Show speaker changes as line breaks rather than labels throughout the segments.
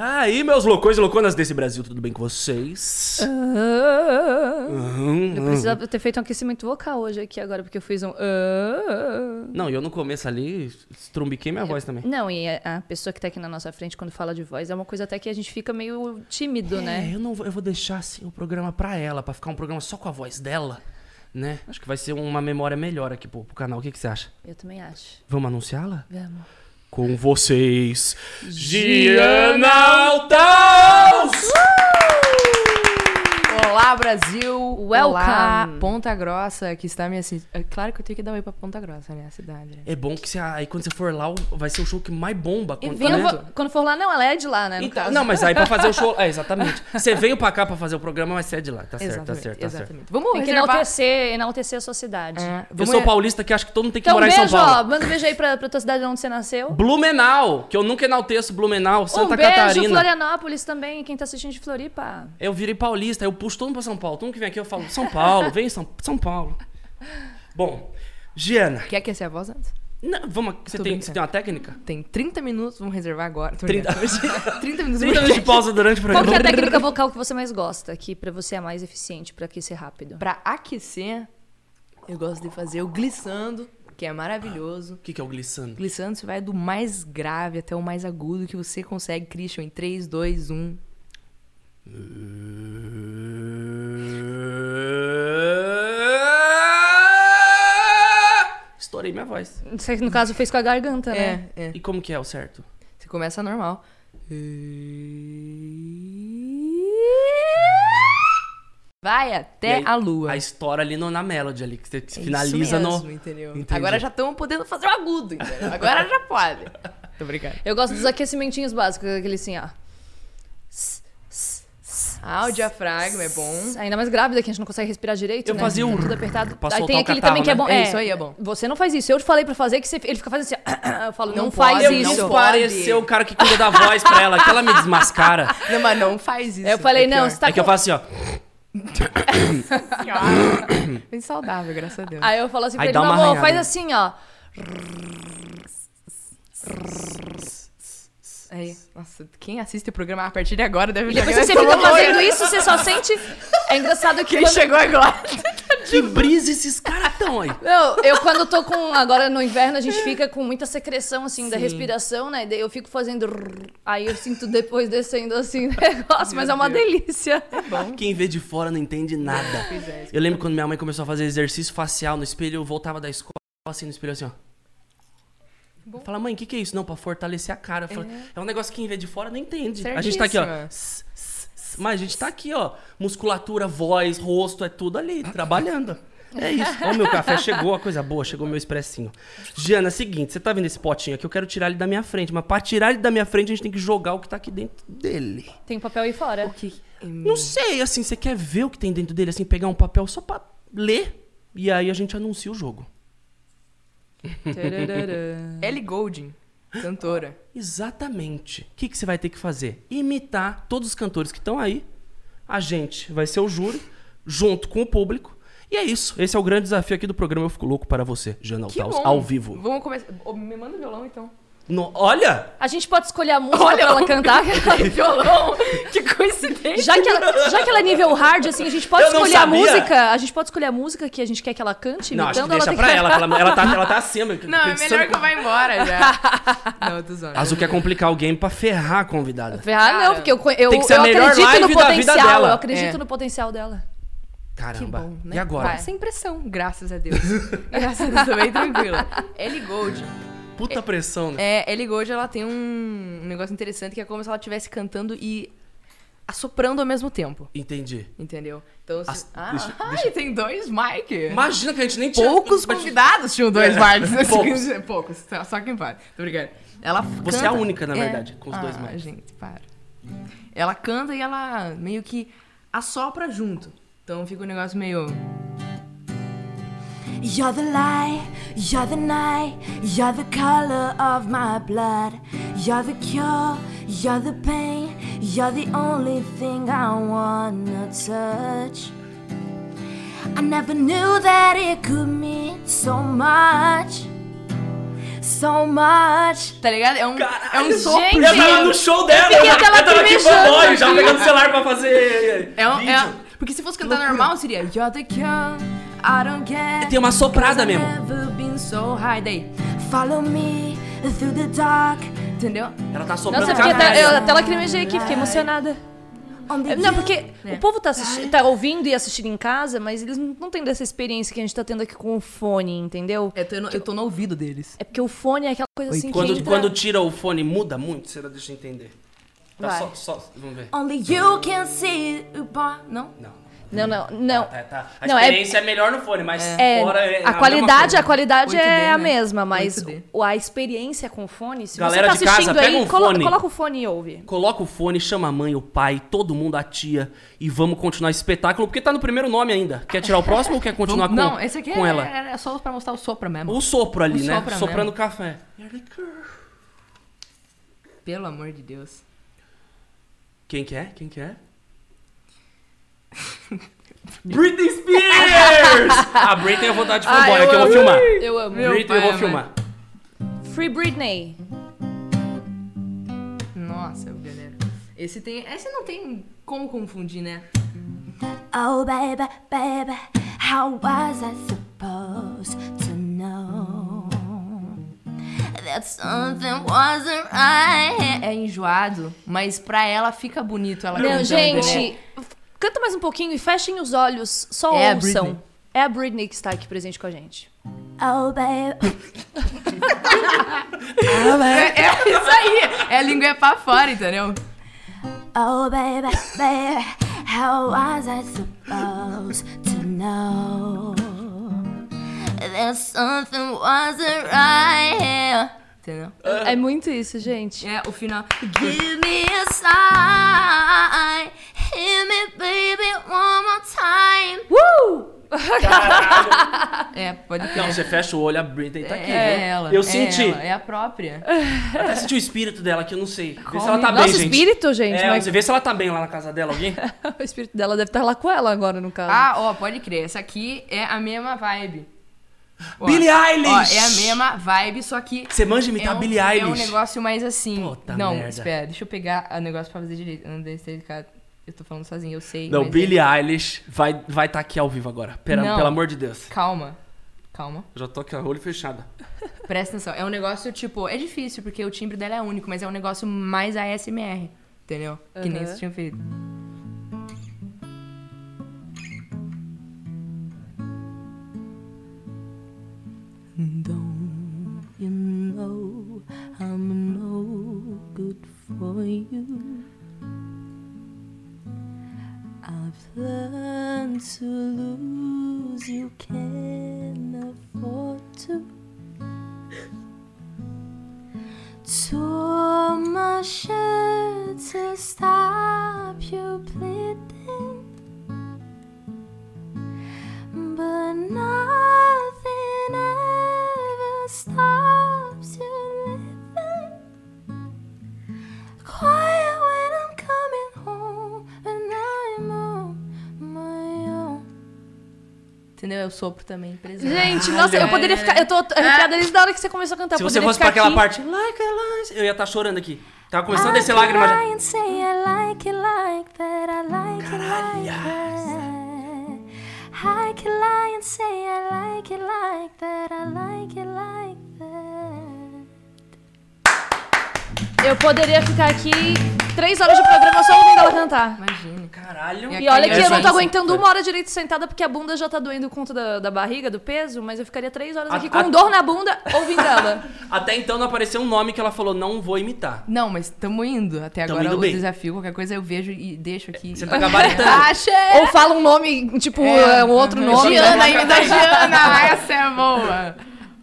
Ah, aí, meus loucões e louconas desse Brasil, tudo bem com vocês? Uhum.
Eu precisava Ah. ter feito um aquecimento vocal hoje aqui agora, porque eu fiz um. ah.
Não, e eu no começo ali estrumbiquei minha voz também.
Não, e a a pessoa que tá aqui na nossa frente quando fala de voz é uma coisa até que a gente fica meio tímido, né?
É, eu, não, vou- eu vou deixar assim o programa pra ela, pra ficar um programa só com a voz dela, né? Acho que vai ser uma memória melhor aqui pro, pro canal. O que, que você acha?
Eu também acho.
É. Vamos anunciá-la?
Vamos.
Com vocês,
Giana
Altaus!
Olá, Brasil!
Welcome.
Olá, Ponta Grossa, que está me assistindo. Claro que eu tenho que dar oi pra Ponta Grossa, né? A cidade. né?
É bom que você, aí quando você for lá, o- vai ser o show que mais bomba. Quando,
Quando,
né?
for, quando for lá, não, ela é de lá, né? no
Então,
caso.
não, mas aí pra fazer o show. É, exatamente. Você veio pra cá pra fazer o programa, mas você é de lá. Tá certo, tá
exatamente,
certo, tá certo.
exatamente. Vamos
Tem que
reservar...
é enaltecer, enaltecer a sua cidade.
É,
Eu
vamos
sou
re-
paulista que acho que todo mundo tem que
Então,
morar em São
beijo, ó.
Paulo.
Manda um beijo aí pra, pra tua cidade onde você nasceu.
Blumenau, que eu nunca enalteço Blumenau, Santa
um beijo,
Catarina.
Florianópolis também, quem tá assistindo de Floripa.
Eu virei paulista, eu puxo todo mundo pra São Paulo. Todo mundo que vem aqui eu falo, São Paulo, vem São, São Paulo. Bom, Giana,
Quer aquecer a voz antes?
na- vamos, você,
Tô
tem,
brincando.
você tem uma técnica?
Tem 30 minutos, vamos reservar agora. Tô
30
brincando. 30 minutos.
30 minutos de pausa durante o
Qual que é
programa.
a técnica vocal que você mais gosta, que pra você é mais eficiente, pra aquecer rápido?
Pra aquecer, eu gosto de fazer o glissando, que é maravilhoso.
O que, que é o glissando?
Glissando, você vai do mais grave até o mais agudo que você consegue, Christian, em um. 3, 2, 1.
Estourei minha voz.
Você, no caso, fez com a garganta, né?
É, é.
E como que é o certo?
Você começa normal. Vai
E
até
aí,
a lua.
A estoura ali no- na melody ali, que você que
É
finaliza
isso
no.
mesmo, entendeu?
Entendi.
Agora já estão podendo fazer o agudo, entendeu? Agora já pode. Tô brincando.
Eu gosto dos aquecimentinhos básicos, aquele assim, ó.
Ah, o diafragma é bom.
Ainda mais grávida, que a gente não consegue respirar direito,
Eu
né?
fazia o
Tá tudo
rrr
apertado.
pra
Aí
soltar
tem
o
aquele
catarro,
também que é
né?
bom.
É, isso aí é bom.
Você não faz isso. Eu te falei pra fazer que você- ele fica fazendo assim, ó. eu falo, não,
Não
faz
pode,
isso.
Eu
não
quis parecer o cara que cuida da voz pra ela, que ela me desmascara.
Não, mas não faz isso.
Eu falei,
é
não,
pior.
você tá
é que eu
com-
faço assim, ó.
Bem saudável, graças a Deus.
Aí eu falo assim pra
Aí
ele,
dá
meu
uma
amor,
arranhada,
faz
né?
assim, ó.
Aí, nossa, quem assiste o programa a partir de agora deve
E depois que
já-
você fica fazendo isso, você só sente... É engraçado que
Quem
quando...
chegou agora?
Que brisa esses caras tão aí.
Não, eu quando tô com... Agora no inverno a
É.
gente fica com muita secreção, assim, da respiração, né? Daí eu fico fazendo... rrr, Aí eu sinto depois descendo, assim, o negócio. Mas é uma delícia.
Quem vê de fora não entende nada. é, Eu lembro quando minha mãe começou a fazer exercício facial no espelho, eu voltava da escola assim no espelho assim, ó. Fala, mãe, o que, que é isso? Não, pra fortalecer a cara. Eu falo, É. um negócio que quem vê de fora não entende. A gente tá aqui, ó.
Certíssima.
s- s- s- Mas a gente tá aqui, ó. Musculatura, voz, rosto, é tudo ali, trabalhando. É isso. Ó, meu café chegou, a coisa boa, chegou meu expressinho. Giana, é o seguinte, você tá vendo esse potinho aqui? Eu quero tirar ele da minha frente. Mas pra tirar ele da minha frente, a gente tem que jogar o que tá aqui dentro dele.
Tem papel aí fora.
Não sei, assim, você quer ver o que tem dentro dele, assim, pegar um papel só pra ler. E aí a gente anuncia o jogo.
Ellie Goulding, cantora.
Exatamente. O que, que você vai ter que fazer? Imitar todos os cantores que estão aí. A gente vai ser o júri, junto com o público. E é isso. Esse é o grande desafio aqui do programa Eu Fico Louco para você, Jana
Que
Altaus,
bom.
Tá, ao vivo.
Vamos começar. Ô, me manda o violão então.
No- olha!
A gente pode escolher a música pra ela cantar.
violão! Que coincidência!
Já que, ela, já que ela é nível hard, assim, a gente pode
Eu não
escolher a
sabia.
música. A gente pode escolher a música que a gente quer que ela cante,
Não, acho que
imitando
deixa
ela
pra
tem
ela, que ela, ela tá, ela tá assim, meu.
um Não, é melhor que eu vá embora já. não, tô zoando.
Azul quer complicar o game pra ferrar a convidada.
Ah, não,
Cara,
porque eu, co- eu,
tem que ser a
eu
melhor
acredito no
live da vida
potencial.
dela.
Eu acredito
É.
no potencial dela.
Que
Caramba.
bom, né?
E agora?
Vai. Sem pressão, graças a Deus. graças a Deus, tô bem tranquila. Ellie Gold.
Puta pressão, né?
É, Ellie Gold, ela tem um um negócio interessante que é como se ela estivesse cantando e assoprando ao mesmo tempo.
Entendi.
Entendeu? Então, se...
As-
Ah,
deixa-
ai, tem dois Mike.
Imagina que a gente nem tinha.
Poucos
Imagina-
convidados tinham dois Marcos.
poucos.
Poucos. Poucos. só- Só quem pode. Tô brincando. Ela
Você é
canta-
a única, na
É.
verdade, com os dois
ah,
mais.
gente, para. Ela canta e ela meio que assopra junto. Então fica um negócio meio...
You're the light, you're the night, you're the color of my blood. You're the cure, you're the pain, you're the only thing I wanna touch. I never knew that it could mean so much. so much.
Tá ligado? É um, é um
Caralho,
sopro.
gente,
Eu tava
eu-
no show dela,
fiquei
eu
até lá
tava aqui
primejando
fanboy, já
aqui.
pegando o celular pra fazer
É um,
vídeo.
é, porque se fosse cantar normal, seria You're the cure.
I don't get
Tem uma soprada mesmo.
Never been so high. Daí.
Follow me through the dark.
Entendeu?
Ela tá soprando
Nossa, eu fiquei
caralho.
até, eu até lacrimejei aqui, fiquei emocionada.
On the
É, Não, porque o povo tá, assisti- tá ouvindo e assistindo em casa, mas eles não não têm dessa experiência que a gente tá tendo aqui com o fone, entendeu?
Eu É, tô, no, eu tô no ouvido deles.
É porque o fone é aquela coisa assim que
Quando,
entra...
quando tira o fone, muda muito? Será? Deixa eu entender. Tá
Vai. Ah.
só, só, vamos ver.
Only you can see. Opa, não?
Não.
Não, não, não.
Tá, tá. A
Não, é-
experiência é... melhor no fone, mas
É,
fora é
a,
mesma
qualidade,
coisa.
a qualidade
8D,
é a
né?
mesma, mas
8D.
o- a experiência com o fone, se
Galera de
você tá
casa,
assistindo
pega
aí,
um
colo-
fone.
coloca o fone e ouve.
Coloca o fone, chama a mãe, o pai, todo mundo, a tia, e vamos continuar esse espetáculo, porque tá no primeiro nome ainda. Quer tirar o próximo ou quer continuar
Vamos-
com,
não, esse aqui
com
é,
ela?
é só pra mostrar o sopro mesmo.
O sopro ali,
O
né?
sopra
Soprando
mesmo.
café.
Pelo amor de Deus.
Quem que é? Quem que é? Britney Spears! a Britney é vontade de fanboy,
eu
é que eu vou
amo.
filmar.
Eu amo.
Meu
Britney eu
pai
vou
amado.
filmar.
Free Britney.
Nossa, galera. Esse tem. Esse não tem como confundir, né?
Oh, baby, baby, how was I supposed to know that something wasn't right?
É enjoado, mas pra ela fica bonito ela
Não,
cantando,
gente,
né?
f- canta mais um pouquinho e fechem os olhos, só
É a
ouçam.
Britney.
é a Britney que está aqui presente com a gente.
Oh, baby.
É, é isso aí. É a língua é pra fora, entendeu?
Oh, baby, baby, how was I supposed to know that something wasn't right?
Entendeu?
Ah.
É muito isso, gente.
É o final.
Give me a sign, hear me, baby, one more time.
Uh!
É, pode ter.
Não, você fecha o olho, a Britney tá
é,
aqui.
é
né?
ela.
Eu
é
senti.
ela, é a própria.
Até senti o espírito dela, que eu não sei. Vê se
Como?
ela tá
Nossa,
bem, gente.
espírito, gente.
É,
mas-
você vê se ela tá bem lá na casa dela, alguém?
o espírito dela deve estar lá com ela agora, no caso.
Ah, ó, pode crer. Essa aqui é a mesma vibe. Ó,
Billie Eilish!
Ó, é a mesma vibe, só que.
Você manja imitar
é um,
Billie
É um
Eilish.
negócio mais assim.
Puta
não,
merda.
espera, deixa eu pegar o negócio pra fazer direito. Um, dois, três, quatro. Eu tô falando sozinho, eu sei.
Não,
assim, mas
Billie Eilish vai estar vai tá aqui ao vivo agora. Pera,
Não.
Pelo amor de Deus.
é- Calma, calma.
Já tô aqui, ó, olho fechado.
Presta atenção. É um negócio, tipo, é difícil, porque o timbre dela é único, mas é um negócio mais ASMR. Entendeu? Que nem
Aham.
vocês tinham feito.
Don't you know I'm no good for you? I've learned to lose, you can afford to. Tore my shirt to stop you bleeding. But nothing ever stops you living. Quiet when I'm coming home, and I'm on my own.
Entendeu? É o sopro também, presente.
Gente, nossa, eu poderia ficar. Eu tô arrepiada desde a hora que você começou a cantar.
Se
eu
você
poderia
fosse pra
ficar
aquela
aqui.
parte, like a light, eu ia estar chorando aqui. Tava começando a
I
descer
could
lágrima
lie
já.
and say I like it like that, I like it like that. I can lie and say I like it like that, I like it like that.
Eu poderia ficar aqui três horas de programa só ouvindo ela cantar.
Imagina.
Caralho.
E olha que eu não tô
Essa-
É.
aguentando uma hora direito sentada porque a bunda já tá doendo conta da, da barriga, do peso, mas eu ficaria três horas
A-
aqui
a-
com dor na bunda ouvindo ela.
Até então não apareceu um nome que ela falou, não vou imitar.
Não, mas tamo indo. Até
Tamo
agora
indo
o
bem.
desafio, qualquer coisa eu vejo e deixo aqui. Ah,
Você tá gabaritando.
Achei!
Ou fala um nome, tipo,
É,
um outro
uhum.
nome.
Giana
né?
ainda, Giana! Essa é boa!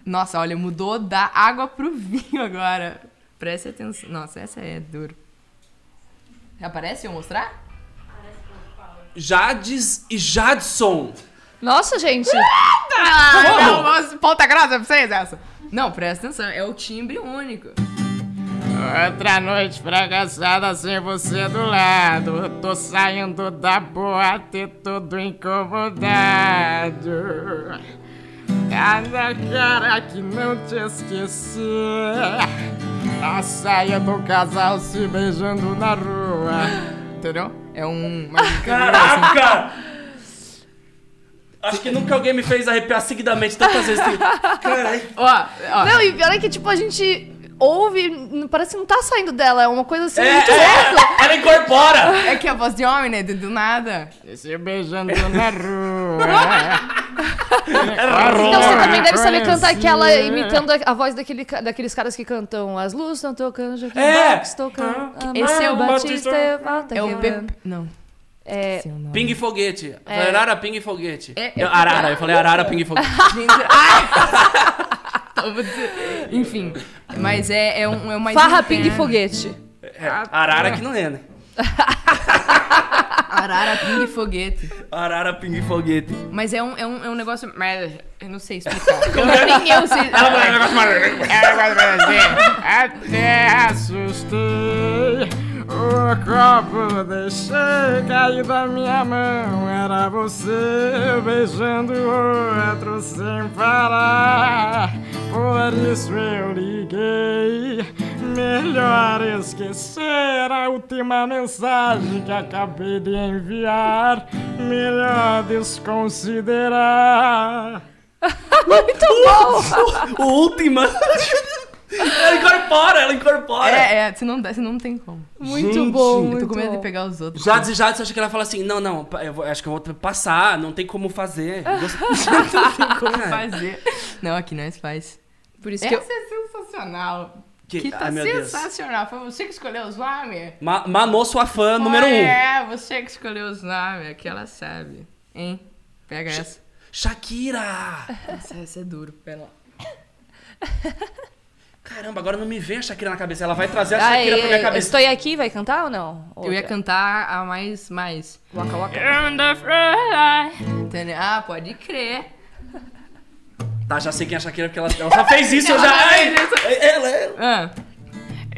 Nossa, olha, mudou da água pro vinho agora. Preste atenção. Nossa, essa é duro. Aparece? Eu mostrar?
Jades e Jadson.
Nossa, gente.
Ah,
não,
Ponta grossa pra vocês essa? Não, presta atenção. É o timbre único.
Outra noite fracassada sem você do lado. Tô saindo da boate todo incomodado. Cada cara que não te esqueci Na saia do um casal se beijando na rua
Entendeu? É um. uma brincadeira, assim.
Caraca! Acho que nunca alguém me fez arrepiar seguidamente tantas vezes. É, Caralho.
Ó, ó.
Não, e pior é que, tipo, a gente ouve, n- parece que não tá saindo dela, é uma coisa assim muito
ela incorpora!
É que a voz de homem, né? Do, do nada.
Se beijando na rua
É
Então você também deve saber cantar aquela imitando a, a voz daquele, ca- daqueles caras que cantam As luzes estão tocando, já que
É.
box tocando. ah,
Esse é o
Batista.
volta
É o
quebrando.
Pepe. Não.
É,
Seu nome.
Ping e foguete. Eu falei, Arara, ping e foguete.
É, é
Eu- arara, eu falei arara, ping e foguete.
Gente, ai! Tava de- Enfim. Mas é, é, um, é uma.
Farra,
interna.
ping e foguete.
É, arara que não é, né?
Arara, pingue e foguete.
Arara, ping e foguete.
Mas é um, é um, é um negócio. Mas eu não sei explicar. Nem eu sei.
"É,
Até assustei O copo deixei cair da minha mão Era você beijando o outro sem parar Por isso eu liguei Melhor esquecer a última mensagem que acabei de enviar Melhor desconsiderar
Muito bom!
O último. ela incorpora, ela incorpora.
É, é, se não, dá- se não tem como.
Muito
Gente,
bom,
eu
muito
Eu tô com medo
bom.
de pegar os outros.
Jades e Jades, acho que ela fala assim: não, não, pa- eu vou- acho que eu vou passar, não tem como fazer.
Como fazer? Não, aqui nós faz. Por isso que eu.
é sensacional.
Que,
Que tá
ai, meu Deus.
Sensacional. Foi você que escolheu os nomes?
Ma Manô, sua fã número
Ah,
um.
É, você que escolheu os nomes, que ela sabe. Hein? Pega essa.
Shakira!
Essa, essa é duro, pera lá.
Caramba, agora não me vem a Shakira na cabeça. Ela vai trazer a
Ai,
Shakira pra minha
eu
cabeça.
estou aqui, vai cantar ou não?
Eu ia cantar a mais, mais.
Waka Waka.
Entendeu? Ah, pode crer.
Tá, já sei quem é a Shakira, porque ela, ela só fez isso, eu já.
Ela
Ai, é,
fez isso.
ela, ela.
Ah.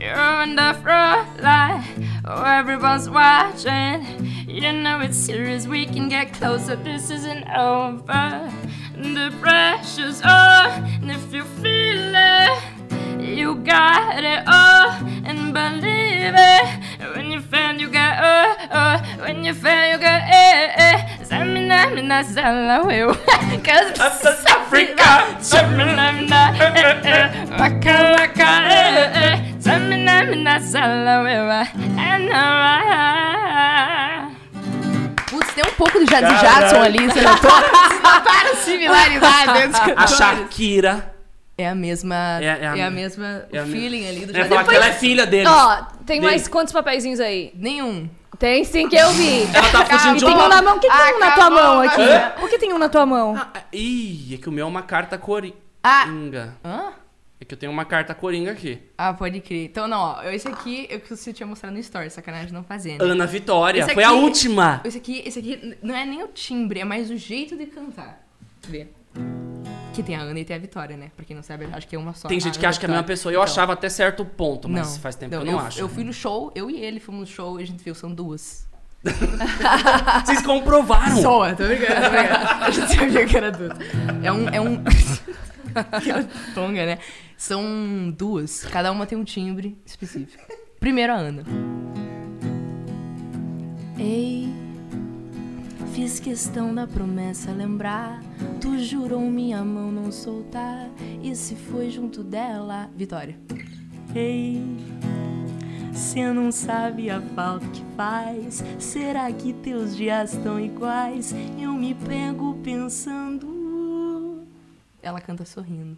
You're in the front line, oh, everyone's watching. You know it's serious, we can get closer, this isn't over. The pressure's on, and if you feel it, you got it all, and believe it. When you fail, you got oh, oh. When you fail, you got eh, eh. Samina, mina, sala, will. Cause
South Africa!
Samina, mina, eh, eh. Waka, waka, eh, eh. Samina, mina, sala, will. I
uh,
know I.
Putz, tem um pouco do Jazz
Caralho.
Jackson ali, você notou? Para similaridade entre os
A
cantores.
Shakira.
É a mesma.
É-
É,
é a-
a mesma.
é a
o
mesma-
feeling ali do
Eu ia
Jazz
falar que
Jackson.
ela é filha dele.
Ó, tem
Dele.
mais quantos papeizinhos aí?
Nenhum.
Tem sim que eu vi.
Ela tá fugindo
E
de
tem um na mão. O que tem um na tua
Acabou.
mão aqui? O que tem um na tua mão?
Ah, Ih, é que o meu é uma carta coringa.
Ah! Hã?
É que eu tenho uma carta coringa aqui.
Ah, pode crer. Então, não, ó. Esse aqui eu que você tinha mostrado no story, sacanagem não fazendo.
Ana Vitória.
Esse
Foi a
aqui-
última.
Esse aqui, esse aqui n- não é nem o timbre, é mais o jeito de cantar. Vê. Que tem a Ana e tem a Vitória, né? Pra quem não sabe, eu acho que é uma só.
Tem gente que acha que é a mesma pessoa. Eu achava até certo ponto, mas faz tempo que eu não acho.
Então.
né?
Eu fui no show, eu e ele fomos no show e a gente viu, são duas.
Vocês comprovaram.
Soa, tô brincando, tô brincando. A gente sabia que era duas. É um. É um. Aquela Tonga, né? São duas. Cada uma tem um timbre específico. Primeiro a Ana.
Ei, fiz questão da promessa lembrar. Tu jurou minha mão não soltar. E se foi junto dela,
Vitória.
Ei, cê não sabe a falta que faz. Será que teus dias estão iguais? Eu me pego pensando.
Ela canta sorrindo.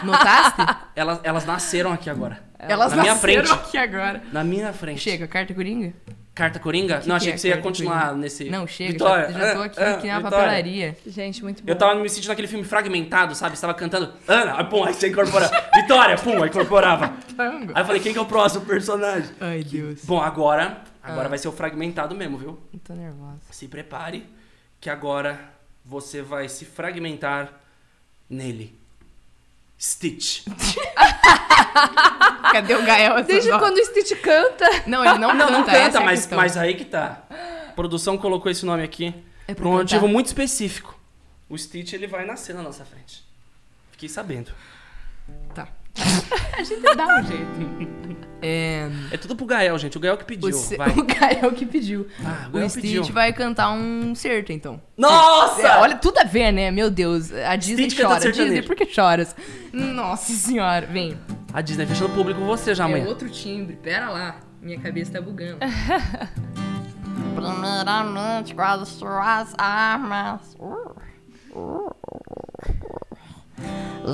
Notaste?
Elas, elas nasceram aqui agora.
Elas
Na minha
nasceram
frente.
aqui agora.
Na minha frente.
É. Chega, carta coringa?
Carta coringa? não, achei
é
que você ia
carta
continuar
coringa?
nesse.
Não, chega,
Vitória,
já, já tô
ah,
aqui,
ah,
que nem uma
Vitória.
papelaria.
Gente, muito bom.
Eu tava me sentindo naquele filme fragmentado, sabe? Você tava cantando Ana, aí pum, aí você incorporava. Vitória, pum, aí incorporava.
Tango.
Aí eu falei, quem que é o próximo personagem?
Ai, Deus.
Bom, agora. Agora
Ah.
vai ser o fragmentado mesmo, viu?
Eu tô nervosa.
Se prepare, que agora você vai se fragmentar nele. Stitch.
Cadê o Gael?
Desde
Não.
quando o Stitch canta.
Não, ele não,
Ah, Não,
canta,
não
essa
canta,
é a
mas,
questão.
mas aí que tá. A produção colocou esse nome aqui
É pra
por um
cantar.
motivo muito específico. O Stitch, ele vai nascer na nossa frente. Fiquei sabendo.
Tá. A gente dá um jeito. É,
É tudo pro Gael, gente. O Gael que pediu.
o, se...
Vai.
o Gael que pediu.
Ah, o
o
Gael pediu.
Stitch vai cantar um certo, então.
Nossa!
É, olha, tudo a ver, né? Meu Deus, a Disney
Stitch cantando
chora. Disney,
sertanejo.
por que choras? Nossa senhora, vem.
A Disney fechando o público com você já
É
amanhã.
outro timbre, pera lá. Minha cabeça tá bugando.
Primeiramente, com as suas armas. Uh, uh.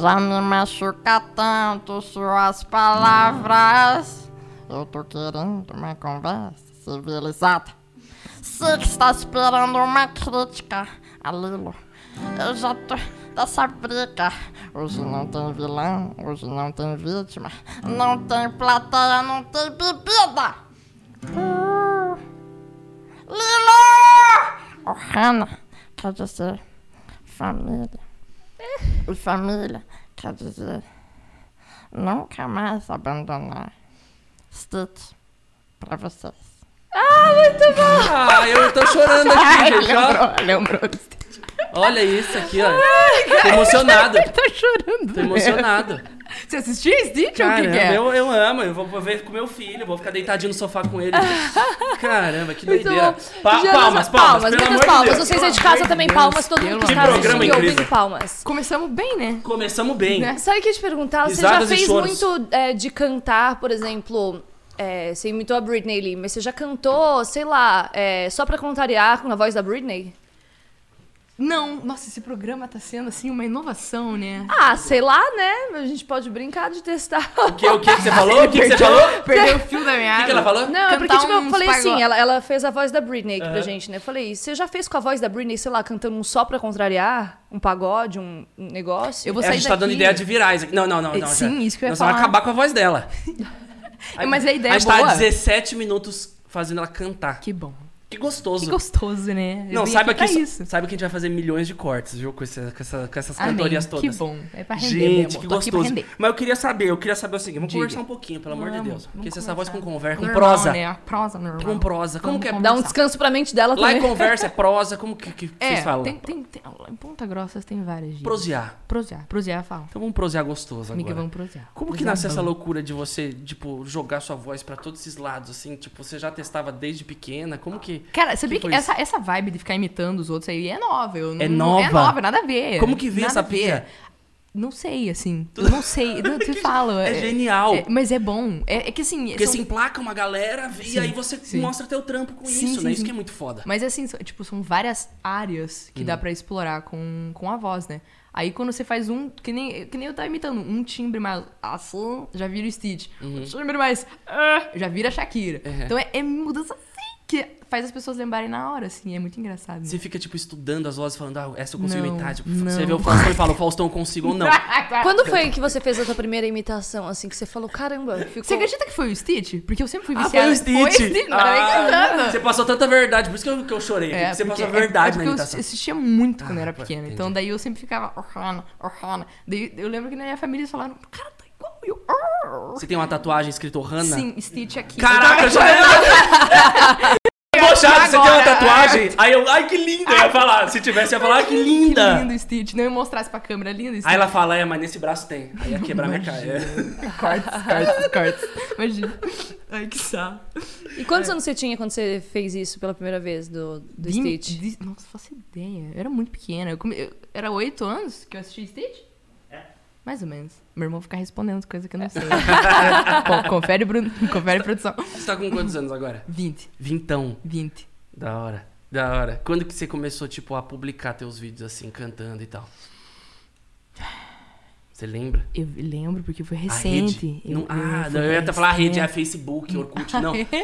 Já me machuca tanto suas palavras. Eu tô querendo uma conversa civilizada. Sei que está esperando uma crítica a Lilo. Eu já tô dessa briga. Hoje não tem vilão, hoje não tem vítima. Não tem plateia, não tem bebida. Uh. Lilo! Ohana quer dizer família. E família quer dizer nunca mais abandonar Stitch pra vocês.
Ah, eu tô chorando aqui, gente. ó.
lembrou, lembrou. do Stitch.
Olha isso aqui, ó. Tô emocionado.
Tá chorando.
Tô
né?
emocionado.
Você assistiu Stitch ou o que, que
Caramba,
é?
eu, eu amo. Eu vou vou ver com meu filho. Vou ficar deitadinho no sofá com ele. Caramba, que
Muito
doideira.
bom.
Pa-
Jonas,
palmas, palmas. Pelo amor
muitas
de
palmas.
Deus.
Vocês aí de casa também,
Pelo amor de
palmas. Todo mundo
Deus.
que
Que
está assistindo
programa
e
incrível.
ouvindo, palmas.
Começamos bem, né?
Começamos bem.
Né?
Sabe o que eu ia te perguntar? Você já
Risadas e
fez
choros.
muito é, de cantar, por exemplo, é, você imitou a Britney ali, mas você já cantou, sei lá, é, só pra contrariar com a voz da Britney?
Não, nossa, esse programa tá sendo assim uma inovação, né?
Ah, sei lá, né? A gente pode brincar de testar.
O que, o que que você falou? O que, que você falou? O
Perdeu o fio da minha
que, que ela falou?
Não, é
Cantar
porque, tipo, eu
um
uns
falei assim,
pagode-
ela, ela fez a voz da Britney aqui pra gente, né? Eu falei, você já fez com a voz da Britney, sei lá, cantando um só pra contrariar? Um pagode, um um negócio?
Eu vou
É, a
sair
gente tá
daqui.
dando ideia de virais aqui. Não, não, não.
É,
não
sim, isso que eu ia
Nós vamos
falar.
acabar com a voz dela.
É, mas a ideia
A gente
é boa.
tá há 17 minutos fazendo ela cantar. Que,
Que bom.
gostoso.
Que gostoso, né? Eu
Não,
vim
saiba
aqui pra
que, isso-
isso.
saiba que a gente vai fazer milhões de cortes, viu? Com, essa- com essa- com essas
Amém.
cantorias todas.
Que bom. É pra render
Gente,
mesmo.
que
Tô aqui pra
gostoso.
render.
Mas eu queria saber, eu queria saber o seguinte, vamos
Diga.
conversar um pouquinho, pelo amor de
Vamos,
Deus. Porque
vamos
se essa voz com
conversar.
conversa, com
Normal,
prosa,
Né? A prosa normal.
com prosa, como que
Vamos
é?
Dá um
conversar.
descanso pra mente dela
Lá
também.
e conversa, é prosa, como que, que
É,
vocês falam?
Tem, tem, tem, em Ponta Grossa tem várias gírias.
Prosear.
Prosear. Prosear fala.
Então vamos prosear gostoso agora.
Amiga, vamos prosear.
Como que nasceu essa loucura de você, tipo, jogar sua voz pra todos esses lados, assim? Tipo, você já testava desde pequena? Como que...
Cara, sabia
Que
que,
foi
essa, essa vibe de ficar imitando os outros aí é nova. Eu não,
É
não-
nova?
É nova, nada a ver.
Como que veio
Nada
essa
a ver.
pira?
Não sei, assim. Eu não sei. Não, te falo.
É genial.
é- mas é bom. É, é que assim.
Porque
são-
se emplaca uma galera e aí você
sim.
mostra teu trampo com
Sim,
isso,
sim,
né?
sim.
Isso que é muito foda.
Mas assim, são- tipo, são várias áreas que
Hum.
dá pra explorar com, com a voz, né? Aí quando você faz um, que nem, que nem eu tava imitando, um timbre mais assim, já vira o Stitch. Um
Uhum.
timbre mais ah, já vira a Shakira. Então é, é mudança assim que faz as pessoas lembrarem na hora, assim. É muito engraçado. né?
Você fica, tipo, estudando as vozes, falando, ah, essa eu consigo
Não,
imitar. Tipo,
não.
você vê o Faustão e fala, o Faustão eu consigo ou não.
Ah,
Quando foi que você fez a sua primeira imitação, assim, que você falou, caramba, ficou...
Você acredita que foi o Stitch? Porque eu sempre fui
Ah,
viciada.
foi o Stitch. Ah.
não era nem cantando.
você passou tanta verdade, por isso que eu, que eu chorei.
É,
você
porque-
passou verdade
é
na
porque
imitação.
Eu assistia muito quando
Ah,
eu era
pô,
pequena.
entendi.
Então daí eu sempre ficava, Ohana, Ohana. Daí eu lembro que na minha família eles falaram, cara, tá igual eu. "Ah".
Você tem uma tatuagem escrito Hannah?
Sim, Stitch aqui.
Caraca, eu já lembro. Poxa, você tem uma tatuagem? Aí eu, ai que linda, eu ia falar. Se tivesse, eu ia falar, ai que
Que
linda.
lindo Stitch. Não eu mostrasse pra câmera, lindo Stitch.
Aí ela fala, é, mas nesse braço tem. Aí ia quebrar minha cara. É.
Cortes, cortes, cortes. Imagina. Ai, que saco.
E quantos anos você tinha quando você fez isso pela primeira vez do, do
Vim-
Stitch?
vi- Nossa, não faço ideia. Eu era muito pequena. Eu come- eu- Era oito anos que eu assisti Stitch? É. Mais ou menos. Meu irmão fica respondendo coisa
É.
que eu não sei. Co- confere, Bruno. Confere, produção.
Você tá com quantos anos agora?
20.
Vintão.
20.
Da hora. Da hora. Quando que você começou, tipo, a publicar teus vídeos assim, cantando e tal? Você lembra?
Eu lembro porque foi
A
recente.
rede? Não- ah, não, eu ia até falar a rede, é Facebook, Orkut, não. Tipo,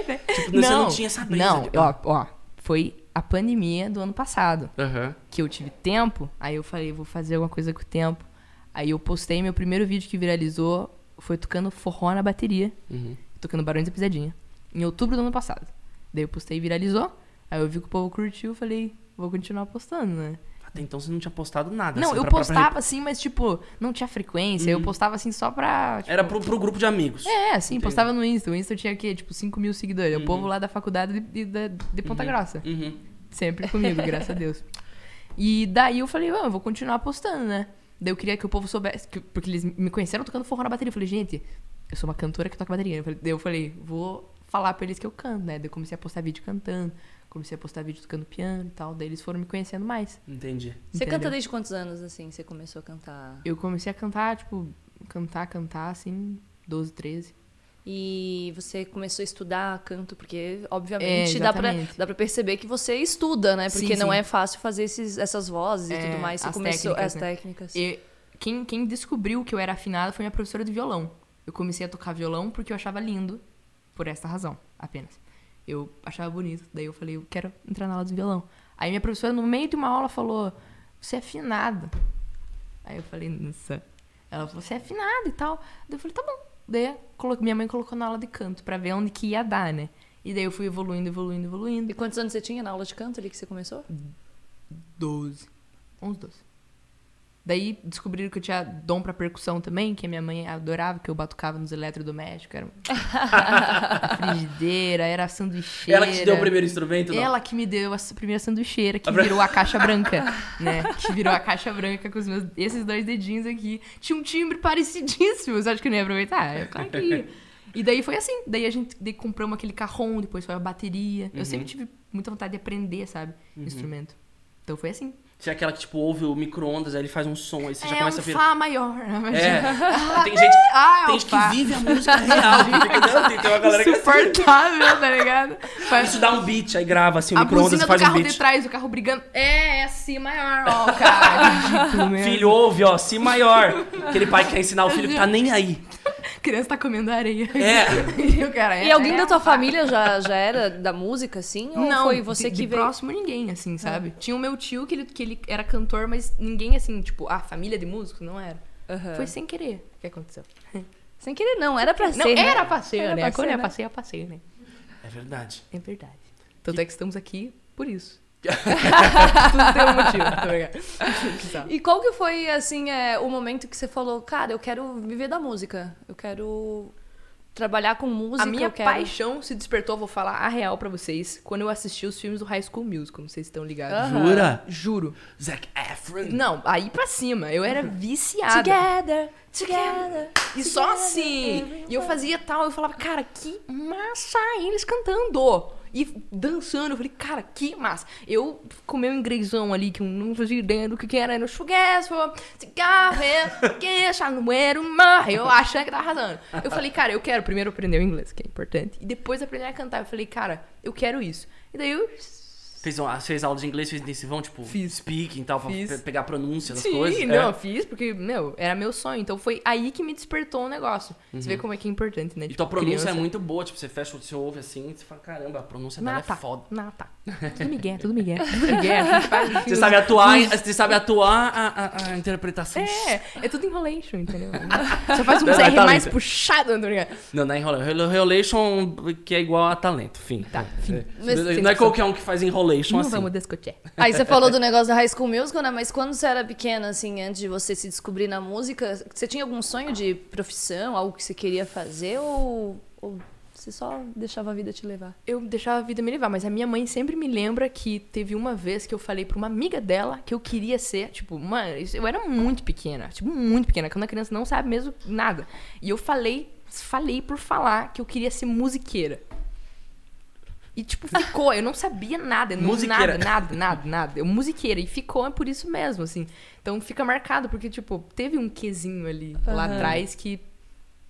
você não tinha essa brisa
Não,
de-
ó, ó, foi a pandemia do ano passado
Aham.
que eu tive tempo, aí eu falei, vou fazer alguma coisa com o tempo. Aí eu postei meu primeiro vídeo que viralizou foi tocando forró na bateria,
uhum.
tocando Barões da Pisadinha, em outubro do ano passado. Daí eu postei e viralizou. Aí eu vi que o povo curtiu, falei, vou continuar postando, né?
Até então você não tinha postado nada.
não,
assim,
eu
pra própria
postava assim, mas tipo, não tinha frequência, eu postava assim só pra.
rede.
tipo,
Era pro, pro grupo de amigos.
é, assim, postava no Insta. O Insta tinha o quê? Tipo, 5 mil seguidores. O povo lá da faculdade de, de, da- de Ponta Grossa.
Uhum.
Sempre comigo, graças a Deus. E daí eu falei, "Ah, eu vou continuar postando, né? Daí eu queria que o povo soubesse, que- porque eles me conheceram tocando forró na bateria. Eu falei, gente, eu sou uma cantora que toca bateria. Eu falei- Daí eu falei, vou falar pra eles que eu canto, né? Daí eu comecei a postar vídeo cantando, comecei a postar vídeo tocando piano e tal. Daí eles foram me conhecendo mais.
Entendi.
Você
entendeu?
canta desde quantos anos, assim? Você começou a cantar?
Eu comecei a cantar, tipo, cantar, cantar, assim, 12, 13.
E você começou a estudar canto, porque, obviamente, dá, pra,
É, exatamente.
dá pra perceber que você estuda, né? Porque
Sim,
não
sim.
é fácil fazer esses, essas vozes e
É,
tudo mais. Você
as
começou as
técnicas, né?
técnicas.
E quem, quem descobriu que eu era afinada foi minha professora de violão. Eu comecei a tocar violão porque eu achava lindo, por essa razão, apenas. Eu achava bonito, daí eu falei, eu quero entrar na aula de violão. Aí minha professora, no meio de uma aula, falou, você é afinada. Aí eu falei, nossa. Ela falou, você é afinada e tal. Daí eu falei, tá bom. Daí colo- minha mãe colocou na aula de canto pra ver onde que ia dar, né? E daí eu fui evoluindo, evoluindo,
E
evoluindo.
quantos anos você tinha na aula de canto ali que você começou?
12. 11, 12. Daí descobriram que eu tinha dom pra percussão também, que a minha mãe adorava, que eu batucava nos eletrodomésticos. Era uma frigideira, era sanduicheira.
Ela que te deu o primeiro instrumento? Não?
Ela que me deu a s- primeira sanduicheira, que
A bran-
virou a caixa branca, né? Que virou a caixa branca com os meus, esses dois dedinhos aqui. Tinha um timbre parecidíssimo, você acha que eu não ia aproveitar? Eu, claro que ia. E daí foi assim, daí a gente daí compramos aquele carrom, depois foi a bateria. Eu sempre
Uhum.
tive muita vontade de aprender, sabe? Instrumento. Então foi assim.
Se é aquela que, tipo, ouve o micro-ondas, aí ele faz um som, aí você já
é um
começa a ver.
Fá maior, né? Mas-
É. tem gente,
Ah, é
tem
um
gente
Fá.
que vive a música real. que fica- não, tem, tem uma galera que
Insuportável, tá ligado? Faz-
Isso dá um beat, aí grava assim, o
a
micro-ondas
buzina
e
do
faz um
carro
beat.
de trás, o carro brigando. É, é assim maior, ó, cara. Ridículo mesmo.
Filho, ouve, ó, si maior. Aquele pai que quer ensinar o filho que tá nem aí.
criança tá comendo areia.
É.
E, o cara, é,
E alguém
é.
da tua família já, já era da música, assim? Ou
Não,
foi você
de,
que
de
veio? Ah.
próximo ninguém, assim, sabe? Tinha o meu tio que ele, que ele era cantor, mas ninguém, assim, tipo, ah, família de músicos, não era.
Aham.
Foi sem querer que aconteceu.
Sem querer, não. Era pra
não,
ser. né?
era passeio,
Era
né?
pra
Quando
ser,
é
né?
passeio, é passeio, né?
É verdade.
É verdade. Tanto é que estamos aqui por isso. Tudo tem um motivo, tá ligado? Bizarro.
E qual que foi, assim, é, o momento que você falou, cara, eu quero viver da música. Eu quero trabalhar com música.
A minha
eu quero...
paixão se despertou, vou falar a real pra vocês, quando eu assisti os filmes do High School Musical, não sei se estão ligados.
Aham.
Jura?
Juro.
Zac Efron.
Não, aí pra cima, eu era viciada.
Together, together.
E só assim. E eu fazia tal, eu falava, cara, que massa eles cantando. E dançando, eu falei, cara, que massa. Eu com meu inglêsão ali, que eu não fazia ideia do que que era, eu chuguesso, cigarro, queixa, não era uma. Eu achando que tava arrasando. Eu falei, cara, eu quero primeiro aprender o inglês, que é importante, e depois aprender a cantar. Eu falei, cara, eu quero isso. E daí eu
Fez, uma- fez aula de inglês, fez intensivão, tipo,
Fiz.
speaking e tal, pra
Fiz.
pe- pegar a pronúncia das
Sim,
coisas. É.
não, fiz porque, meu, era meu sonho. Então foi aí que me despertou o negócio.
Uhum.
Você vê como é que é importante, né?
E
Tipo,
tua pronúncia é
criança.
muito boa, tipo, você fecha, você ouve assim, você fala, caramba, a pronúncia dela
Nata.
é foda.
Nata. Ah, tá. Tudo migué, tudo migué. Tudo migué. a gente faz
Você
filme.
sabe atuar, você sabe atuar a, a- a interpretação.
É, é tudo enrolation, entendeu? Só faz
Não,
uns
é
R mais
talento.
puxado, tá ligado?
Não, não é enrolation. Rel- Relation que é igual a talento, fim.
Tá, fim.
Mas
não
sim,
é qualquer um que faz enrolation
Não
assim.
vamos discutir.
Aí você falou do negócio da High School Musical, né? Mas quando você era pequena, assim, antes de você se descobrir na música, você tinha algum sonho de profissão, algo que você queria fazer ou, ou você só deixava a vida te levar?
Eu deixava a vida me levar, mas a minha mãe sempre me lembra que teve uma vez que eu falei pra uma amiga dela que eu queria ser, tipo, mano, isso- eu era muito pequena, tipo, muito pequena, quando a criança não sabe mesmo nada. E eu falei, falei por falar que eu queria ser musiqueira. E, tipo, ficou. Eu não sabia nada. Não,
Musiqueira.
nada, nada, nada, nada. Eu musiqueira. E ficou, é por isso mesmo, assim. Então fica marcado, porque, tipo, teve um quezinho ali lá atrás que.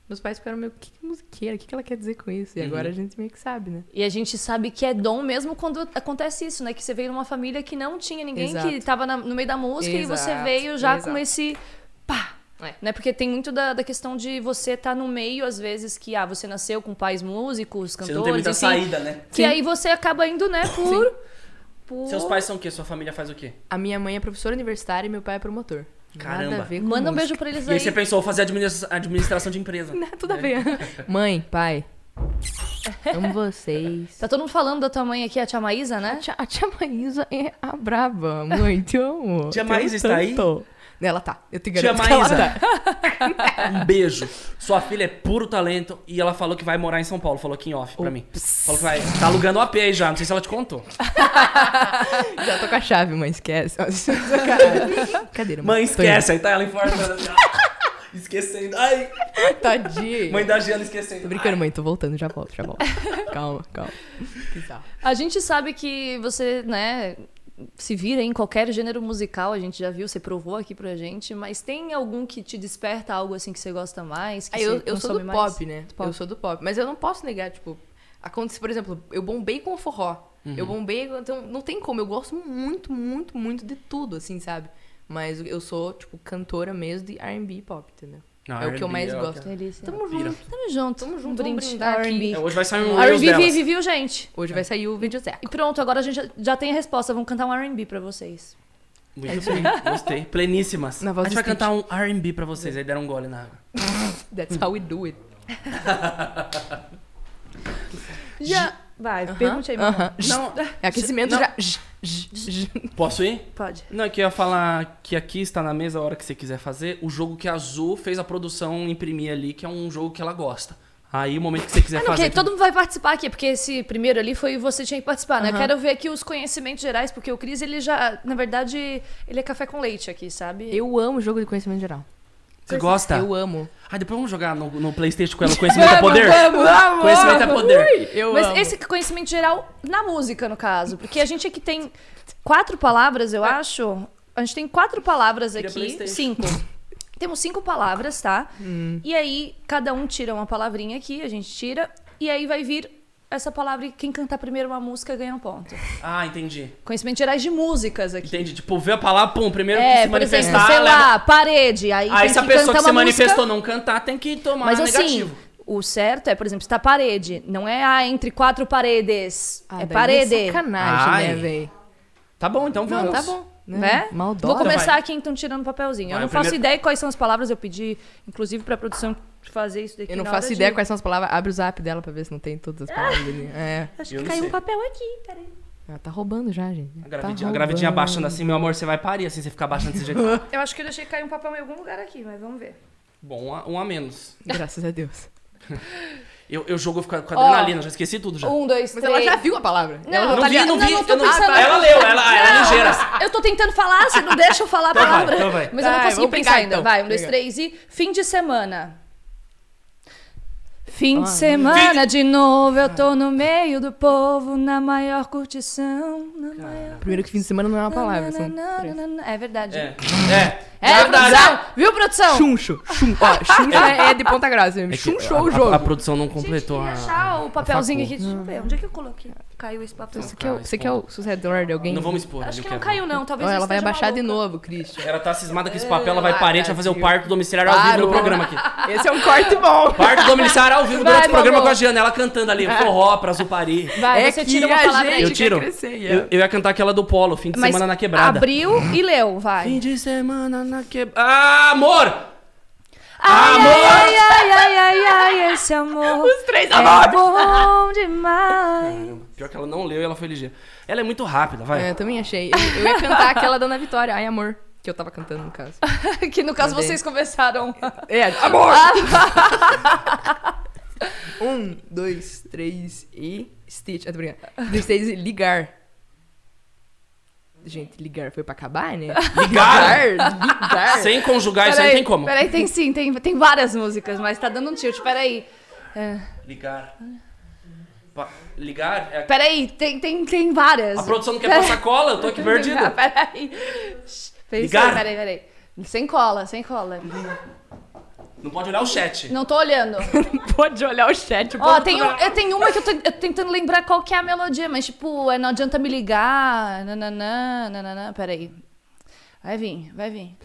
Meus pais ficaram meio, o que, que é musiqueira? O que, que ela quer dizer com isso? E agora a gente meio que sabe, né?
E a gente sabe que é dom mesmo quando acontece isso, né? Que você veio numa família que não tinha ninguém
Exato.
que tava na- no meio da música e você
Exato,
veio já com
exato.
esse pá.
É.
Né? Porque tem muito da, da questão de você estar no meio, às vezes, que ah, você nasceu com pais músicos,
Você
cantores,
não tem muita
enfim,
saída, né?
Que aí você acaba indo, né, por. por...
Seus pais são o quê? Sua família faz o quê?
A minha mãe é professora universitária e meu pai é promotor.
Caramba.
Nada a ver com
Manda um
música.
beijo pra eles
E aí
aí.
você pensou, vou fazer administra- administração de empresa.
Não, né? Tudo a ver. mãe, pai. Amo vocês.
Tá todo mundo falando da tua mãe aqui, a tia Maísa, né?
A tia Maísa é a braba. Mãe, te amo.
Tia
Te
Maísa
amo
está aí?
tanto. Ela tá. Eu te
Tia
garanto que ela
Maísa,
tá.
um beijo. Sua filha é puro talento e ela falou que vai morar em São Paulo. Falou aqui em off pra mim. Falou que vai. Tá alugando o AP aí já, não sei se ela te contou.
Já tô com a chave, mãe. Esquece. Caralho. Cadeira,
Mãe,
Tô indo.
esquece. Aí tá ela informando. assim, ó. Esquecendo. Ai,
Tadinho.
mãe da Giana esquecendo.
Tô brincando, mãe. Tô voltando. Já volto, já volto. Calma, calma. Que sarro.
A gente sabe que você, né, se vira em qualquer gênero musical, a gente já viu, você provou aqui pra gente, mas tem algum que te desperta algo assim que você gosta mais? Que
Ah,
você
eu, eu sou
consome
do
mais?
pop, né?
pop.
Eu sou do pop. Mas eu não posso negar, tipo, acontece, por exemplo, eu bombei com o forró.
Uhum.
Eu bombei, então não tem como. Eu gosto muito, muito, muito de tudo, assim, sabe? Mas eu sou, tipo, cantora mesmo de R&B e pop, entendeu?
Não,
é o que eu
R&B
mais
é o
gosto.
que
Delícia.
Tamo
Pira.
junto.
né? Tamo junto.
Tamo junto,
Um
vamos
brinde
brindar aqui.
R&B.
É, hoje vai sair um
R&B
Reels delas.
vive, viu, gente?
Hoje vai sair o vídeo Zé.
E pronto, agora a gente já, já tem a resposta. Vamos cantar um R&B pra vocês.
Muito bem, gostei. Pleníssimas.
Na voz
a gente
do
vai cantar um R&B pra vocês. Aí deram um gole na água.
That's how we do it.
Já. Vai, pergunte aí,
Aham.
mamãe.
Não,
É aquecimento
Não.
já. J- j- j-
posso ir?
Pode.
Não, é que eu ia falar que aqui está na mesa a hora que você quiser fazer o jogo que a Azul fez a produção imprimir ali, que é um jogo que ela gosta. Aí o momento que você quiser
Ah, não,
fazer.
que todo mundo vai participar aqui, porque esse primeiro ali foi você tinha que participar, né? Eu quero ver aqui os conhecimentos gerais, porque o Cris, ele já, na verdade, ele é café com leite aqui, sabe?
Eu amo jogo de conhecimento geral.
Você gosta?
Eu amo.
Ah, depois vamos jogar no, no Playstation com ela. Conhecimento é poder?
Vamos, vamos,
Conhecimento é
vamos.
poder.
Eu
Mas
amo.
esse conhecimento geral na música, no caso, porque a gente aqui tem quatro palavras, eu acho. A gente tem quatro palavras
Queria
aqui,
PlayStation.
cinco. Temos cinco palavras, tá? E aí cada um tira uma palavrinha aqui, a gente tira e aí vai vir essa palavra e quem cantar primeiro uma música ganha um ponto.
Ah, entendi.
Conhecimento gerais de músicas aqui.
Entendi. Tipo, vê a palavra, pum, primeiro que
É,
se
por exemplo,
manifestar.
sei
leva-
lá, parede. Aí,
Aí
tem
se a
que
pessoa
cantar
que se
uma música.
manifestou não cantar, tem que tomar
Mas assim,
negativo.
o certo é, por exemplo, está parede. Não é ah, entre quatro paredes.
Ah,
é
daí
parede.
sacanagem,
Ai.
né, véi?
Tá bom, então vamos.
Não, tá bom.
Né?
Maldosa.
Vou começar
Vai.
aqui então tirando um papelzinho.
Vai,
eu não
o
faço
primeiro-
ideia quais são as palavras. Eu pedi, inclusive, pra produção fazer isso daqui.
Eu não
na
faço
hora
ideia
de...
quais são as palavras. Abre o zap dela pra ver se não tem todas as palavras ali. É.
Acho
Eu
que
não
caiu
sei.
um papel aqui, peraí.
Ela tá roubando já, gente. Tá
A
Tá
gravidinha, a gravidinha abaixando assim, meu amor, você vai parir assim, você ficar abaixando desse jeito.
Eu acho que eu deixei cair um papel em algum lugar aqui, mas vamos ver.
bom, um a, um a menos.
Graças a Deus.
Eu, eu jogo com a- com a adrenalina, já esqueci tudo já.
Um, dois,
Mas
três.
ela já viu a palavra.
Não,
Eu
tá
não vi,
ligado?
não vi.
Não, não tô
eu
pensando.
tá, ela leu, ela, ela é ligeira.
Eu tô tentando falar, você não deixa eu falar a
Então vai,
palavra.
então vai.
Mas eu não
Vai,
consegui
vamos
pensar
pegar,
ainda.
então.
Vai, um, dois,
Pega.
três e. Fim de semana.
Ah,
Fim de semana de novo, eu tô no meio do povo, na maior curtição, na maior.
Primeiro que fim de semana não é uma palavra. São três.
Nananana. É verdade.
É,
É,
é.
produção! Viu, produção?
Chuncho. Chun, ó, chuncho é, é de ponta grossa. mesmo. Chunchou
a, A,
o
a
jogo.
produção não
Gente, eu
completou
queria
a...
achar o papelzinho
facu.
aqui. Deixa eu ver. Onde é que eu coloquei? Caiu esse papel. assim.
Você quer, o- você quer o sucedor de alguém?
Não vamos expor.
Acho
eu
que não
quero.
caiu, não. Talvez
Ó,
eu
ela vai
esteja
abaixar de
maluca.
novo, Christian.
Ela tá cismada com esse papel, ela vai
Ah,
parir, a gente vai fazer o
tadinho.
parto domiciliar ao vivo
Claro.
no programa aqui.
Esse é um corte bom.
Parto domiciliar ao vivo durante
Vai,
o programa
Mamu.
com a Giana, ela cantando ali, forró pra azul parir.
Vai,
é
você
que
tira uma
a
palavra
gente
aí.
Eu tiro?
quer crescer. e
Eu, eu ia cantar aquela do Polo, fim de
Mas
semana na quebrada.
Abriu e leu, vai.
Fim de semana na quebrada. Ah, amor!
Ai,
Amor!
Ai, ai, ai, ai, ai, esse amor. Os três amores! É bom demais.
Caramba, Pior que ela não leu e ela foi ligeira. Ela é muito rápida, vai.
É, eu também achei. Eu, eu ia cantar aquela da Ana Vitória, Ai Amor, que eu tava cantando no caso.
que no caso
Cadê?
vocês conversaram.
É, amor! um, dois, três e. Stitch. Ah, tô brincando. Um, dois, três e ligar. Gente, ligar foi pra acabar, né?
Ligar?
Ligar?
Ah, Sem conjugar, isso aí não tem como.
Peraí, tem sim, tem, tem várias músicas, mas tá dando um tilt. Peraí. É,
Ligar. Pa- Ligar? É...
Peraí, tem, tem, tem várias.
A produção não quer passar cola? Eu tô aqui perdido.
Ah, Tá. Peraí. Pensei,
Ligar?
peraí, peraí. Sem cola, sem cola.
Não pode olhar o chat.
Não tô olhando.
Pode olhar o chat.
Tipo,
o
Ó,
povo
tem,
tá-
um- eu tenho uma que eu tô, eu tô tentando lembrar qual que é a melodia, mas tipo, é, não adianta me ligar. Nananã, nananã, peraí. Vai vir, vai vir.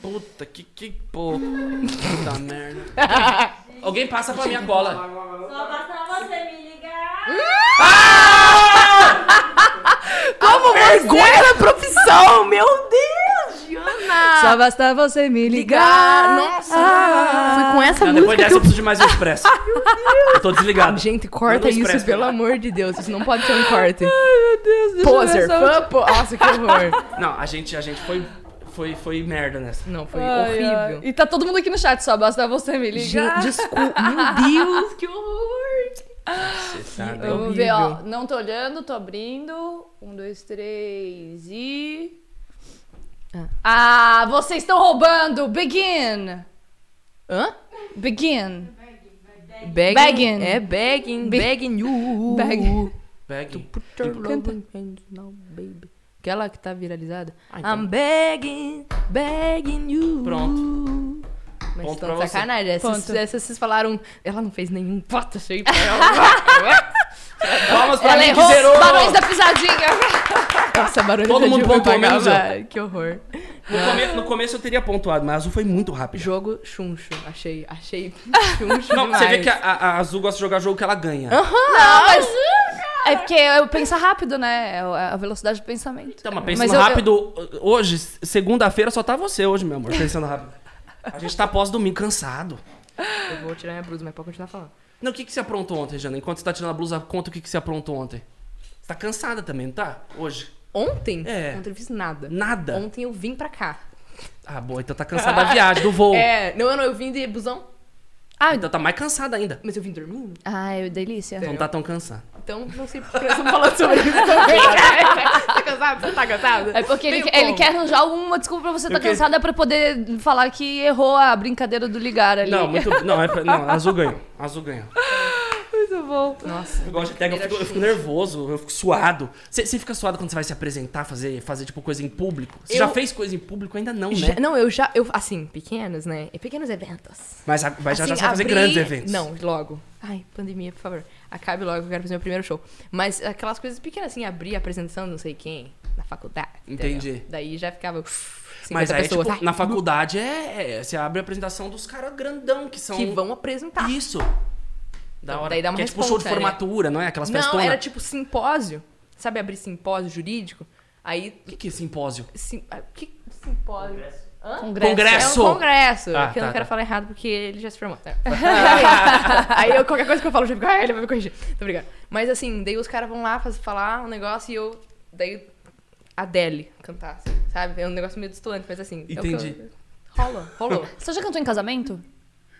Puta, que que pô. Puta merda. Alguém passa pra minha cola.
Só basta você me ligar.
Como vergonha na profissão! Meu Deus, Diana!
Só basta você me
Ligar! Nossa! foi com essa
Não,
música
depois
que
dessa
eu
eu preciso de mais um expresso. Eu tô desligado.
Gente, corta
Manda um
isso,
expresso.
pelo amor de Deus. Isso não pode ser um corte. Ai, meu Deus. Poser, fã, po... Nossa, que horror.
Não, a gente, a gente foi, Foi, foi merda nessa.
Não, foi
Ai, ai.
horrível.
E tá todo mundo aqui no chat, só basta você me ligar.
Gente, desculpa. Meu Deus, que horror.
Você sabe.
Eu-
Vamos ver, ó.
horrível.
Não tô olhando, tô abrindo. Um, dois, três e. Ah, vocês estão roubando! Begin!
Hã?
Begin!
Begging.
Begging.
É begging.
Be-
Begging you.
Begging.
Pegue.
Put your
Canta.
loving hands now, baby. Aquela que tá viralizada.
então.
I'm begging, begging you.
Pronto.
Mas
Ponto
tá
pra
de
você.
sacanagem. Essas,
Ponto.
essas vocês falaram. Ela não fez nenhum voto, achei. pra
É,
ela.
Palmas pra
Ela
mim que
errou!
zerou!
Barões da pisadinha!
Nossa, barulho
Todo
da
mundo
Dilma
pontuou,
apagava.
menos eu.
Que horror.
No, come- no começo eu teria pontuado, mas a azul foi muito rápido.
Jogo chuncho. Achei, achei chuncho
Não,
demais.
você vê que a, a- a azul gosta de jogar jogo que ela ganha.
Não, mas. É porque eu penso rápido, né? É a velocidade do pensamento.
Então, mas pensa
Mas
no
eu-
rápido. Hoje, segunda-feira, só tá você hoje, meu amor, pensando rápido. A gente tá pós-domingo cansado.
Eu vou tirar minha blusa, mas pode continuar falando.
Não, o que, que você aprontou ontem, Jana? Enquanto você tá tirando a blusa, conta o que, que você aprontou ontem. Você tá cansada também, não tá? Hoje.
Ontem?
É.
Ontem eu fiz nada.
Nada.
Ontem eu vim pra cá.
Ah, boa, então tá cansada da viagem, do voo.
É, não, não, eu vim de busão.
Ah, então tá mais cansada ainda.
Mas eu vim dormindo?
Ai, ah, é delícia.
Então não tá tão cansada.
Então, não sei por que estamos falando sobre isso também. tá cansado? Você tá cansado?
É porque ele,
Tem
que- ele
como.
quer arranjar uma desculpa pra você estar cansada pra poder falar que errou a brincadeira do ligar
Tá
ali.
Não, muito. Não, é pra- não azul ganhou. Azul ganhou.
Muito bom.
Nossa.
Eu gosto de tag, eu fico, eu fico nervoso, eu fico suado. Você você fica suado quando você vai se apresentar, fazer, fazer tipo coisa em público? Você
Eu-
já fez coisa em público? Ainda não, né?
Já- não, eu já. Eu, assim, pequenos, né? E Pequenos eventos.
Mas, a- mas já
assim,
dá pra fazer
abrir-
grandes eventos.
Não, logo. Ai, pandemia, por favor. Acabe logo, eu quero fazer meu primeiro show. Mas aquelas coisas pequenas, assim, abrir apresentando não sei quem, na faculdade. entendeu?
Entendi.
Daí já ficava. uff, 50
Mas aí,
pessoas. tá,
tipo,
Ai,
na faculdade é, é, Você abre a apresentação dos caras grandão que são.
Que vão apresentar.
Isso. Da hora.
daí dá uma
que é tipo show de
responsa, né?
formatura, não é? Aquelas
Não,
festonas.
era tipo simpósio. Sabe abrir simpósio jurídico? Aí.
O que, que é simpósio?
Sim, ah, que simpósio?
Congresso.
Congresso.
É um congresso.
Ah,
que eu
tá,
não quero
tá.
falar errado porque ele já se formou. Tá. aí eu, qualquer coisa que eu falo, eu já fico, ah, ele vai me corrigir. Tô brincando. Mas assim, daí os caras vão lá faz- falar um negócio e eu. Daí. Adele cantar, assim, sabe? É um negócio meio distante, mas assim. é o que eu-
Entendi.
rola, rolou.
Você já cantou em casamento?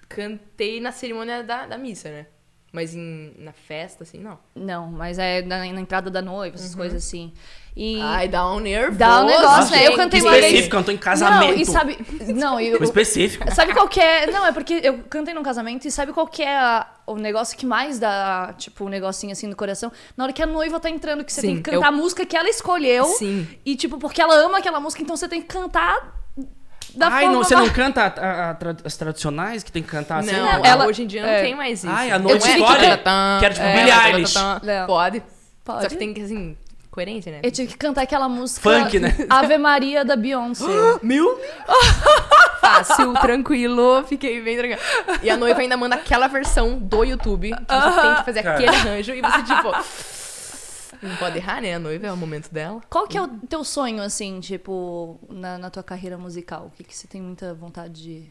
Cantei na cerimônia da, da missa, né? Mas em, na festa, assim, não.
Não, mas é na, na entrada da noiva,
Uhum.
essas coisas assim. E.
Ai, dá um nervoso.
Dá um negócio, né? Eu
gente.
cantei uma vez.
Específico, eu tô em casamento.
Não, e sabe. Não, eu.
Foi específico.
Sabe qual que é. Não, é porque eu cantei num casamento e sabe qual que é a- o negócio que mais dá, tipo, um negocinho assim no coração? Na hora que a noiva tá entrando, que você
Sim,
tem que cantar
eu-
a música que ela escolheu.
Sim.
E, tipo, porque ela ama aquela música, então você tem que cantar da
Ai,
forma
não, você
mais-
não canta a- a- a tra- as tradicionais que tem que cantar assim?
Não,
Não,
ela
ela-
hoje em dia não
é.
tem mais isso.
Ai, a noite
tive que-
história.
Tatatã,
Quero tipo
é,
Billie
tatatã.
Eilish.
Não.
Pode.
Pode.
Só que tem que, assim, coerência, né?
Eu tive que cantar aquela música.
Funk, né? Ah!
Ave Maria da Beyoncé.
Meu?
Fácil, tranquilo, fiquei bem tranquila. E a noiva ainda manda aquela versão do YouTube, que você tem que fazer
Cara.
aquele arranjo, e você, tipo... Não pode errar, né? A noiva é o momento dela.
Qual que é o teu sonho, assim, tipo, na, na tua carreira musical? O que, que você tem muita vontade de,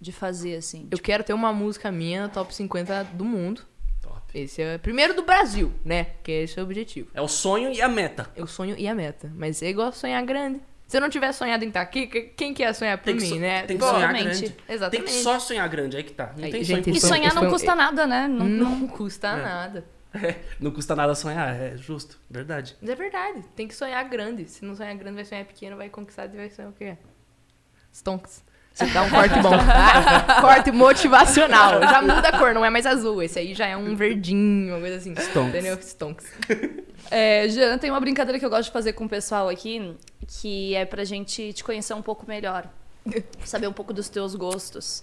de fazer, assim?
Eu quero ter uma música minha na top 50 do mundo.
Top.
Esse é primeiro do Brasil, né? Que esse é o objetivo.
É o sonho e a meta.
Eu sonho e a meta. Mas é igual sonhar grande. Se eu não tiver sonhado em estar aqui, que- quem quer sonhar por
Tem que,
mim,
so-
né?
tem que
Pô,
sonhar
Exatamente.
grande. Tem
Exatamente.
que só sonhar grande, aí que tá. Não
Aí,
tem
gente,
sonho
E
por
isso-
sonho.
sonhar não
foi-
custa nada, né? Não,
Não custa
É.
nada.
Não custa nada sonhar, é justo. Verdade.
Mas é verdade, tem que sonhar grande. Se não sonhar grande, vai sonhar pequeno, vai conquistar e vai sonhar o quê? Stonks. Você dá um corte bom. Ah, corte motivacional. Já muda a cor, não é mais azul. Esse aí já é um verdinho, uma coisa assim.
Stonks.
Entendeu? Stonks.
É, Jana, tem uma brincadeira que eu gosto de fazer com o pessoal aqui, que é pra gente te conhecer um pouco melhor. Saber um pouco dos teus gostos.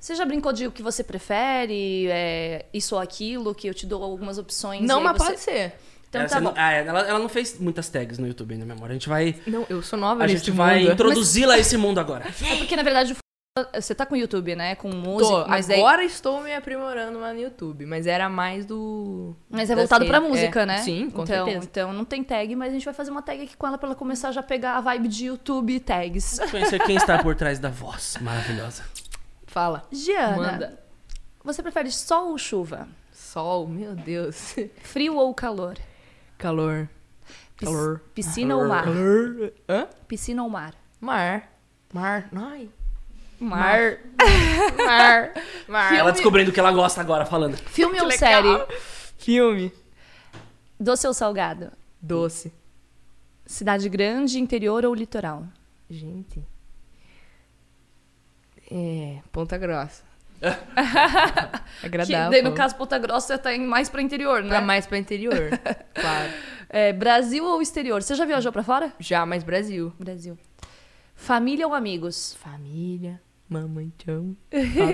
Você já brincou de o que você prefere, é, isso ou aquilo, que eu te dou algumas opções?
Não,
e aí
mas
você-
pode ser.
Então
Ela-
tá
você
bom.
não- ah, é, ela, ela não fez muitas tags no YouTube na memória. A gente vai,
Não, eu sou nova
a
nesse
gente vai
mundo.
introduzi-la a esse mundo agora.
É porque, na verdade, o f- você tá com o YouTube, né? Com música,
Tô,
mas daí-
agora estou me aprimorando lá no YouTube, mas era mais do...
Mas é
da
voltado pra
cena.
música,
É,
né?
Sim, com
então,
certeza.
Então não tem tag, mas a gente vai fazer uma tag aqui com ela pra ela começar já a pegar a vibe de YouTube e tags.
Conhecer quem está por trás da voz maravilhosa.
Fala.
Giana,
Manda.
você prefere sol ou chuva?
Sol, meu Deus.
Frio ou calor?
Calor. Calor.
Piscina ou mar?
Calor. Hã?
Piscina ou mar?
Mar. Mar. Ai.
Mar. Mar. Mar.
Ela descobrindo o que ela gosta agora, falando.
Filme ou
legal.
série?
Filme.
Doce ou salgado?
Doce.
Cidade grande, interior ou litoral?
Gente. É. Ponta Grossa.
Que,
Agradável.
daí, no caso, Ponta Grossa tá em mais pra interior, né?
Pra mais pra interior. claro.
É, Brasil ou exterior? Você já viajou pra fora?
Já mais Brasil.
Brasil. Família ou amigos?
Família. Mamãe tchau.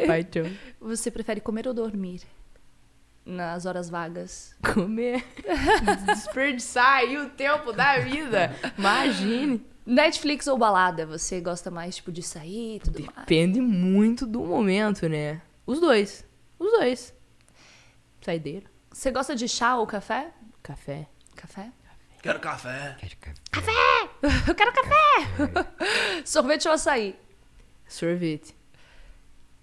Papai tchau.
Você prefere comer ou dormir? Nas horas vagas.
Comer. Desperdiçar aí o tempo da vida. Imagine.
Netflix ou balada? Você gosta mais, tipo, de sair e tudo mais?
Depende muito do momento, né? Os dois. Os dois. Saideira.
Você gosta de chá ou café?
Café.
Café?
Quero café.
Eu quero café! Sorvete ou açaí?
Sorvete.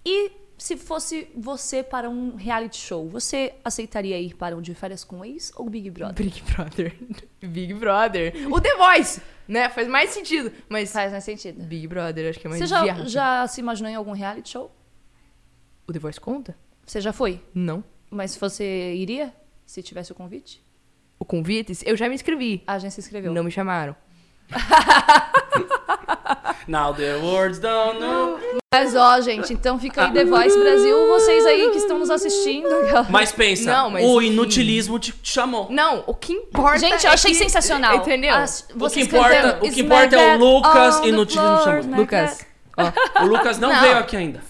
E se fosse você para um reality show, você aceitaria ir para um de férias com ex ou Big Brother?
Big Brother. Big Brother. O The Voice, né? Faz mais sentido. Mas
Faz mais sentido.
Big Brother, acho que é mais
Você já,
viável.
já se imaginou em algum reality show?
O The Voice conta?
Você já foi?
Não.
Mas você iria? Se tivesse o convite?
O convite, eu já me inscrevi.
A agência escreveu.
Não me chamaram.
Now the words don't know.
Mas ó, gente, então fica aí The Voice Brasil, vocês aí que estão nos assistindo.
Mas pensa,
Não, mas
o
enfim.
inutilismo te te chamou.
Não, o que importa
Gente, eu achei
é que-
sensacional.
Entendeu?
As- vocês
que importa-
cantando,
o que
"It's
importa
like
é o
that
Lucas
on
e
the
no Tigre no
floor, né?
Chão.
like
Lucas,
that."
O Lucas não,
Não.
veio aqui ainda.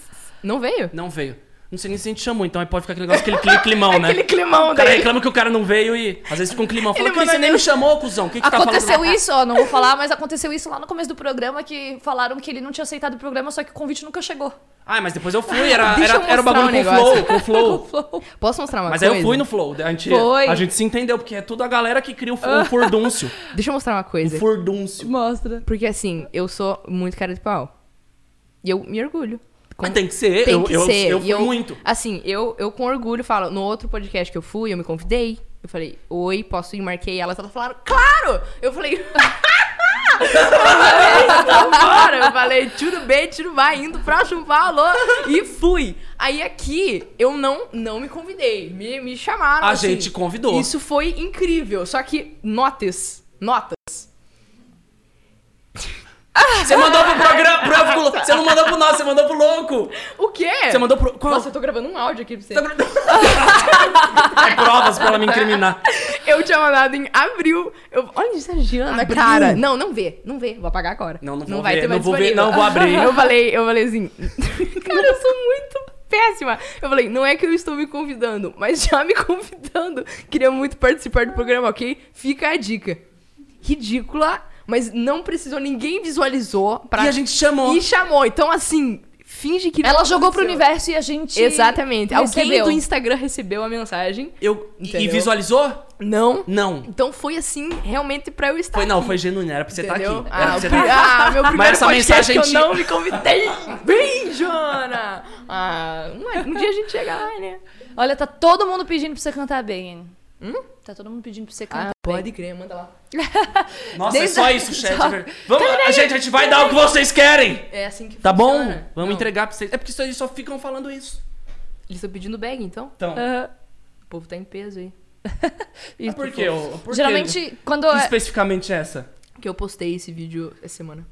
não veio?
Não veio. Não sei nem se a gente chamou, então aí pode ficar aquele negócio, aquele cli- climão, né?
Aquele climão
O cara
daí.
reclama que o cara não veio e às vezes fica um climão. Fala,
Ele
Cris, você
manda
nem me chamou, cuzão. O que, que tá falando?
Aconteceu isso, ó, não vou falar, mas aconteceu isso lá no começo do programa que falaram que ele não tinha aceitado o programa, só que o convite nunca chegou.
Ai, Ah, mas depois eu fui, era,
Deixa eu
era, era o
mostrar
bagulho
um
com o flow,
negócio.
com o flow.
Posso mostrar uma
Mas aí
coisa?
eu fui no flow. A gente,
Foi.
a gente se entendeu, porque é tudo a galera que cria o, f-
Ah.
o furdúncio. Um
Deixa eu mostrar uma coisa.
furdúncio.
Mostra.
Porque assim, eu sou muito cara de pau. E eu me orgulho. Com-
Mas tem que ser.
Tem
eu,
que
eu,
ser.
eu
E
fui muito.
Assim, eu, eu com orgulho falo, no outro podcast que eu fui, eu me convidei. Eu falei, oi, posso ir? Marquei elas. Elas falaram, claro! Eu falei, eu falei, "Então bora! Eu falei, tudo bem, tudo vai, indo pra São Paulo. E fui. Aí aqui, eu não, não me convidei. Me, me chamaram.
A
assim.
gente convidou.
Isso foi incrível. Só que, notas, notas.
Você mandou pro programa. pro- pro- você não mandou pro nosso, você mandou pro louco.
O quê?
Você mandou pro. Qual?
É. Nossa, eu tô gravando um áudio aqui pra você.
É provas pra ela me incriminar.
Eu tinha mandado em abril. Eu, olha essa Jana,
Abril?
cara. Não, não vê, não vê. Vou apagar agora.
Não, não vou
vai
ver,
ter mais
não vou ver,
disponível.
não vou abrir.
Eu falei, eu falei assim, cara, eu sou muito péssima. Eu falei, não é que eu estou me convidando, mas já me convidando. Queria muito participar do programa, ok? Fica a dica. Ridícula, mas não precisou, ninguém visualizou. Pra...
E a gente chamou.
E chamou. Então, assim, finge que
Ela
não
jogou pro
aconteceu.
universo e a gente.
Exatamente. Alguém
recebeu.
do Instagram recebeu a mensagem.
Eu, e- e
Entendeu?
visualizou?
Não.
Não.
Então foi assim, realmente, pra eu estar
Foi não, foi genuíno. Era pra você estar
Entendeu?
aqui. Era
Ah,
pra você
o
tá
pri-
aqui.
ah, meu primeiro
essa
podcast
mensagem
que eu
te-
não me convidei. Bem, Joana! Ah, um, um dia a gente chega lá, né?
Olha, tá todo mundo pedindo pra você cantar bem, hein?
Hum?
Tá todo mundo pedindo pra você cantar.
Ah, pode crer, manda lá.
Nossa,
Desde-
é só isso, chat.
só-
é verdade. Vamos, a gente, a gente vai dar o que vocês querem.
É assim que
Tá bom?
funciona.
Vamos
Não,
entregar pra vocês. É porque isso aí só ficam falando isso.
Eles estão pedindo bag, então?
Então,
O povo tá em peso aí.
mas por quê? ô? Por quê?
tipo, Geralmente, quando.
Que
é-
especificamente essa?
Porque eu postei esse vídeo essa semana.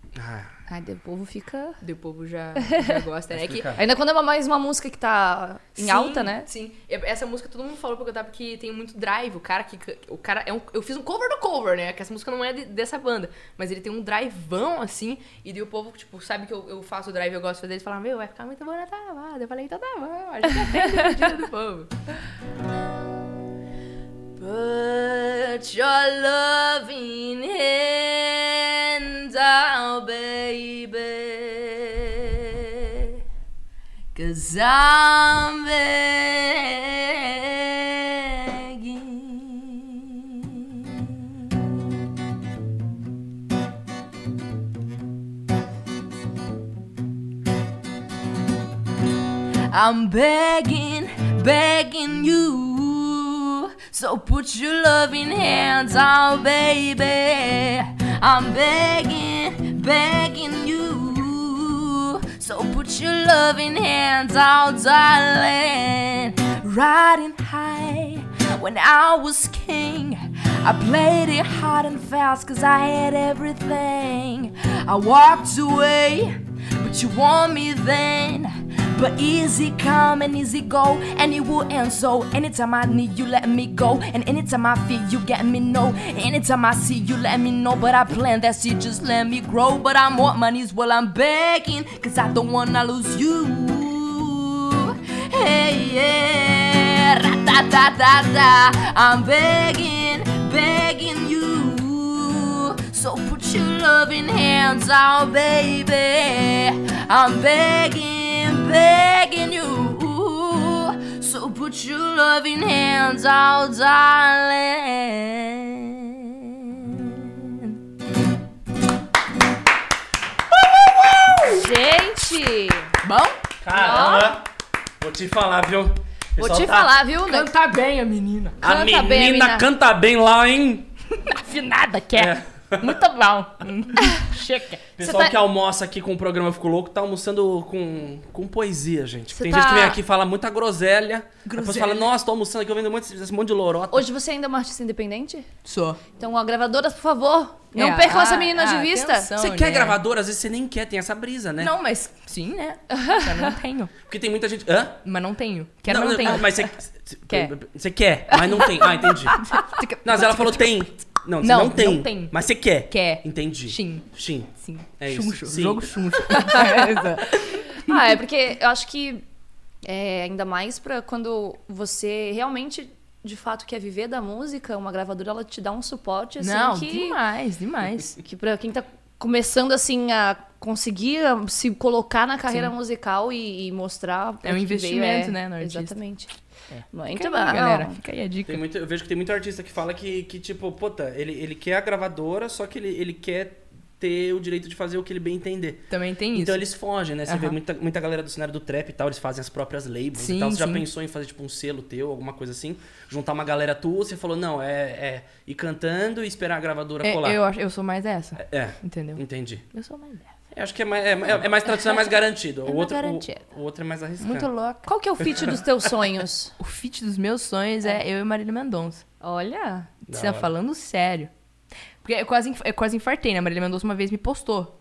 Ai, daí o povo fica.
Daí o povo já, já gosta, né? É que-
Explicar.
Ainda quando é uma- mais uma música que tá em
Sim,
alta, né?
Sim. Eu- Essa música todo mundo falou pra cantar porque tem muito drive. O cara que. ca- O cara é um, eu fiz um cover do cover, né? Que essa música não é de- dessa banda. Mas ele tem um drivão assim. E daí o povo, tipo, sabe que eu, eu faço drive, eu gosto de fazer. Eles falam, meu, vai ficar muito boa na travada. Eu falei, então tá bom. A gente atende o pedido um do povo. Put your loving hand out, baby. Cause I'm begging. I'm begging, begging you. So put your loving hands out, baby. I'm begging, begging you.
So put your loving hands out, darling, riding high. When I was king, I played it hard and fast cause I had everything. I walked away, but you want me then. But easy come and easy go, and it will end so. Anytime I need you, let me go. And anytime I feel you, get me know. Anytime I see you, let me know. But I plan that shit, just let me grow. But I want money's while I'm begging, cause I don't wanna lose you. Hey, yeah, da da da da. I'm begging, begging you. So put your loving hands out, baby. I'm begging, begging you. So put your loving hands out, darling.
Gente!
Bom?
Caramba! Vou te falar, viu?
Vou
Pessoal
te
tá-
falar, viu? Não-
Canta bem a menina.
A
canta bem,
menina,
a menina.
canta bem lá, hein?
Afinada que
É.
Muito bom. Checa.
Pessoal
tá-
que almoça aqui com o programa Fico Louco tá almoçando com, com poesia, gente.
Você
Tem
tá-
gente que vem aqui e fala muita groselha. Depois
Groselha.
fala, nossa, tô almoçando aqui, eu vendo um monte, esse monte de lorota.
Hoje você ainda é uma artista independente?
Só.
Então, ó, gravadoras, por favor, não
É,
percam
ah,
essa menina de
ah,
vista.
atenção.
Você quer
né?
gravador? Às vezes você nem quer, tem essa brisa, né?
Não, mas sim, né? Já não tenho.
Porque tem muita gente. Hã?
Mas não tenho. Quero, mas não tenho.
ah, Mas você
Quer.
Você quer, mas não tem. Ah, entendi. Não, mas ela falou tem. Não, você
Não,
não, tem.
não tem.
Mas você quer.
Quer.
Entendi.
Sim.
Sim.
Sim.
É isso.
chuncho.
Sim.
Jogo chuncho. É, exato.
Ah, é porque eu acho que é, ainda mais pra quando você realmente de fato quer viver da música, uma gravadora ela te dá um suporte assim
não,
que
demais, demais.
que pra quem tá começando assim a conseguir a se colocar na carreira musical e, e mostrar pra
É um
que veio,
investimento, né, no artista.
Exatamente.
Fica
Muito
aí,
bom.
galera. Fica aí a dica.
Tem muito, eu vejo que tem muito artista que fala que, que tipo, puta, ele, ele quer a gravadora, só que ele, ele quer ter o direito de fazer o que ele bem entender.
Também tem isso.
Então eles fogem, né? Você vê
Aham.
muita, muita galera do cenário do trap e tal, eles fazem as próprias labels
Sim,
e tal. Você já
sim.
pensou em fazer tipo um selo teu, alguma coisa assim? Juntar uma galera tua, você falou, não, é, é ir cantando e esperar a gravadora
É,
colar.
eu, acho- eu sou mais dessa.
É,
Entendeu?
entendi.
Eu sou mais dessa.
Eu acho que é mais, é, é- é mais tradicional, é mais garantido. O
mais
outro,
garantido.
O, o outro é mais arriscado.
Muito louca.
Qual que é o feat dos teus sonhos?
O feat dos meus sonhos é, eu e Marília Mendonça.
Olha,
Da
Você tá
hora.
falando sério. Porque eu quase, inf- eu quase infartei, né? A Marília Mendonça uma vez me postou.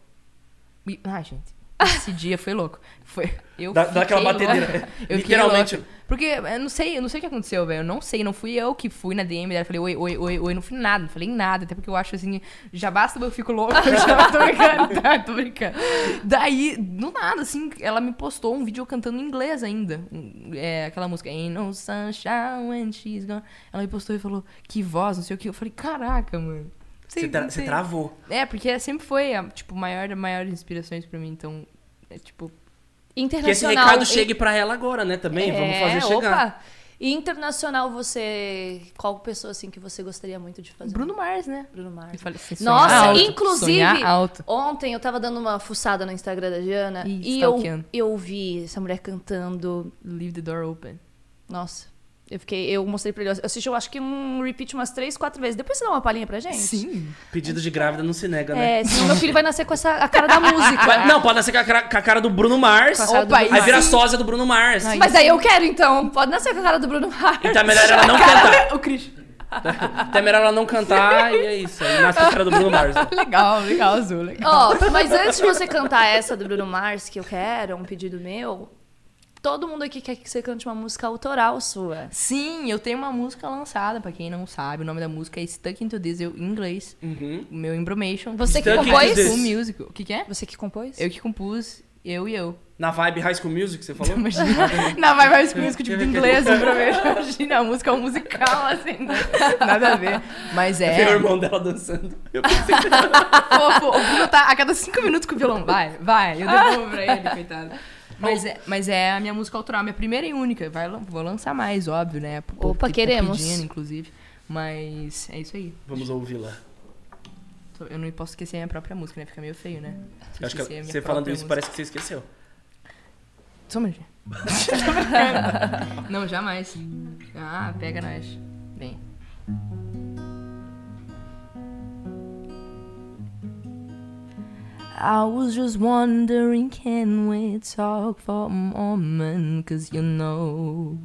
E- ah, gente. Esse dia foi louco. Foi, eu
Dá- dá aquela
fiquei
batedeira.
louca. Eu fiquei
Literalmente.
louca. Porque eu não sei, eu não sei o que aconteceu, velho. Eu não sei, não fui eu que fui na DM dela. Falei, oi, oi, oi, oi. Não fui nada, não falei nada. Até porque eu acho assim, já basta eu fico louco. Eu já tô brincando, tá? Tô brincando. Daí, do nada, assim, ela me postou um vídeo eu cantando em inglês ainda. Um- É, aquela música, Ain't no sunshine when she's gone. Ela me postou e falou, que voz, não sei o que. Eu falei, caraca, mano.
Você,
Sei-
tra-
não
você
sei.
travou.
É, porque ela sempre foi a, tipo, maior, maior inspirações pra mim, então... É tipo,
Que esse
internacional.
recado
É E-
chegue pra ela agora, né? Também. Vamos
É,
fazer chegar.
opa. E internacional, você. Qual pessoa assim que você gostaria muito de fazer?
Bruno Mars, né?
Bruno Mars.
Eu falei, assim,
Nossa,
sonhar alto,
inclusive,
sonhar alto.
ontem eu tava dando uma fuçada no Instagram da Jana
Ih,
e eu,
stalkeando.
eu vi essa mulher cantando.
Leave the door open.
Nossa, eu fiquei. Eu mostrei pra ele. Eu assisti, eu acho que um repeat umas três, quatro vezes. Depois você dá uma palhinha pra gente?
Sim.
Pedido de grávida não se nega, né?
É, senão meu filho vai nascer com essa, a cara da música.
Vai- não, pode nascer com a, cara- com a cara do Bruno Mars.
Com a cara do
Opa,
Bruno
Aí
Mars.
vira sósia do Bruno Mars.
Ai.
Mas aí eu quero, então. Pode nascer com a cara do Bruno Mars.
Então é melhor ela não cantar.
o Cris.
Então é melhor ela não cantar e é isso. Aí nasce a cara do Bruno Mars.
Legal, legal, Azul,
Ó,
legal.
mas antes de você cantar essa do Bruno Mars, que eu quero, é um pedido meu, todo mundo aqui quer que você cante uma música autoral sua.
Sim, eu tenho uma música lançada, pra quem não sabe. O nome da música é Stuck Into This, eu, em inglês.
Uhum.
O meu embromation.
Você que
Stuck into
compôs?
this.
O musical. O que que é?
Você que compôs?
Eu que compus, eu e eu.
Na vibe High School Music, você falou?
Imagina. Não, vai mais com música tipo inglês, embromation. Imagina, a música é um musical, assim. né? Nada a ver. Mas
Tem o
é.
irmão dela dançando. Eu pensei que
Fofo, o Bruno tá a cada cinco minutos com o violão. Vai, vai, eu devolvo pra ele, coitado. Mas é, mas é a minha música autoral, minha primeira e única. Vai, lan- vou lançar mais, óbvio, né? Pro povo
Opa,
que tá
queremos.
Pedindo, inclusive. Mas é isso aí.
Vamos ouvi-la.
Tô- Eu não posso esquecer a minha própria música, né? Fica meio feio, né? Se eu
Eu Acho que
esquecer a minha
você
própria
falando isso
música.
parece que você esqueceu.
Só um minutinho. Não, jamais. Ah, pega nós. Bem. I was just wondering, can we talk for a moment? Cause you know,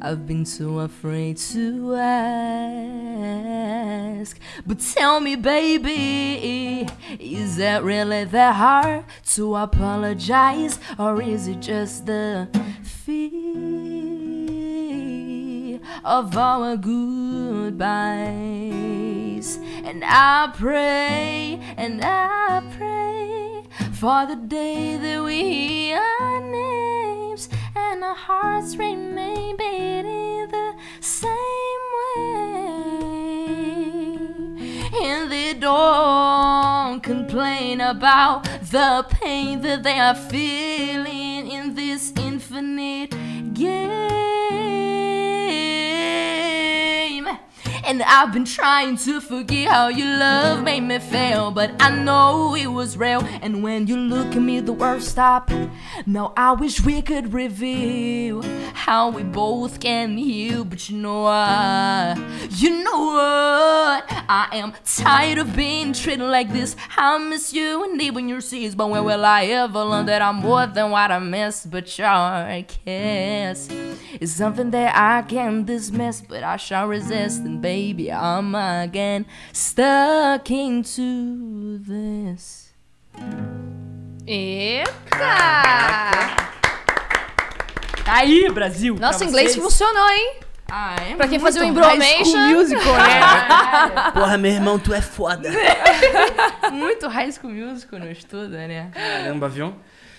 I've been so afraid to ask. But tell me, baby, is it really that hard to apologize? Or is it just the fear of our goodbyes? And I pray, and I pray for the day that we hear our names and our hearts remain beating the same way. And they don't complain about the pain that they are feeling in this infinite game. And I've been trying to forget how your love made me feel, but I know it was real. And when you look at me, the world stop. Now I wish we could reveal how we both can heal, but you know what? You know what? I am tired of being treated like this. I miss you and even your seas, but when will I ever learn that I'm more than what I miss? But your kiss is something that I can dismiss, but I shall resist. And baby, I'm again stuck into this.
Eita!
Tá aí, Brasil!
Nossa,
pra
inglês
vocês.
funcionou, hein?
Ah, é
Pra quem um
muito
fazer o
High School
Embromation.
Musical, né?
Porra, meu irmão, tu é foda.
muito High School Musical, não estuda, né?
Caramba, viu?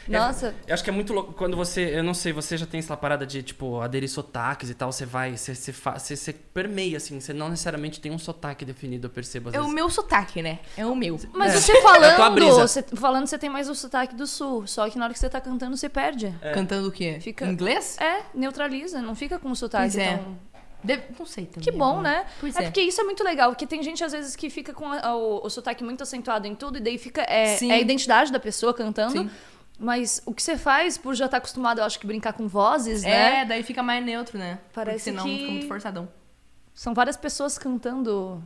Nossa.
Eu acho que é muito louco quando você, eu não sei, você já tem essa parada de, tipo, aderir sotaques e tal, você vai, você, você, fa- você, você permeia, assim, você não necessariamente tem um sotaque definido, eu percebo às
É o
vezes.
meu sotaque, né? É o meu.
Mas
É.
você
É a tua
falando,
brisa.
você falando, você tem mais o sotaque do sul. Só que na hora que você tá cantando, você perde.
É.
Cantando o quê?
Fica-
Inglês?
É, neutraliza, não fica com o
Pois
sotaque
é.
tão...
Deve- Não sei também.
Que bom, né?
Pois
é,
é.
porque isso é muito legal, porque tem gente às vezes que fica com a- o, o sotaque muito acentuado em tudo e daí fica é,
Sim.
é a identidade da pessoa cantando.
Sim.
Mas o que você faz por já estar acostumado, eu acho que brincar com vozes,
É,
né?
daí fica mais neutro, né? Porque
Parece
senão
que-
fica muito forçadão.
São várias pessoas cantando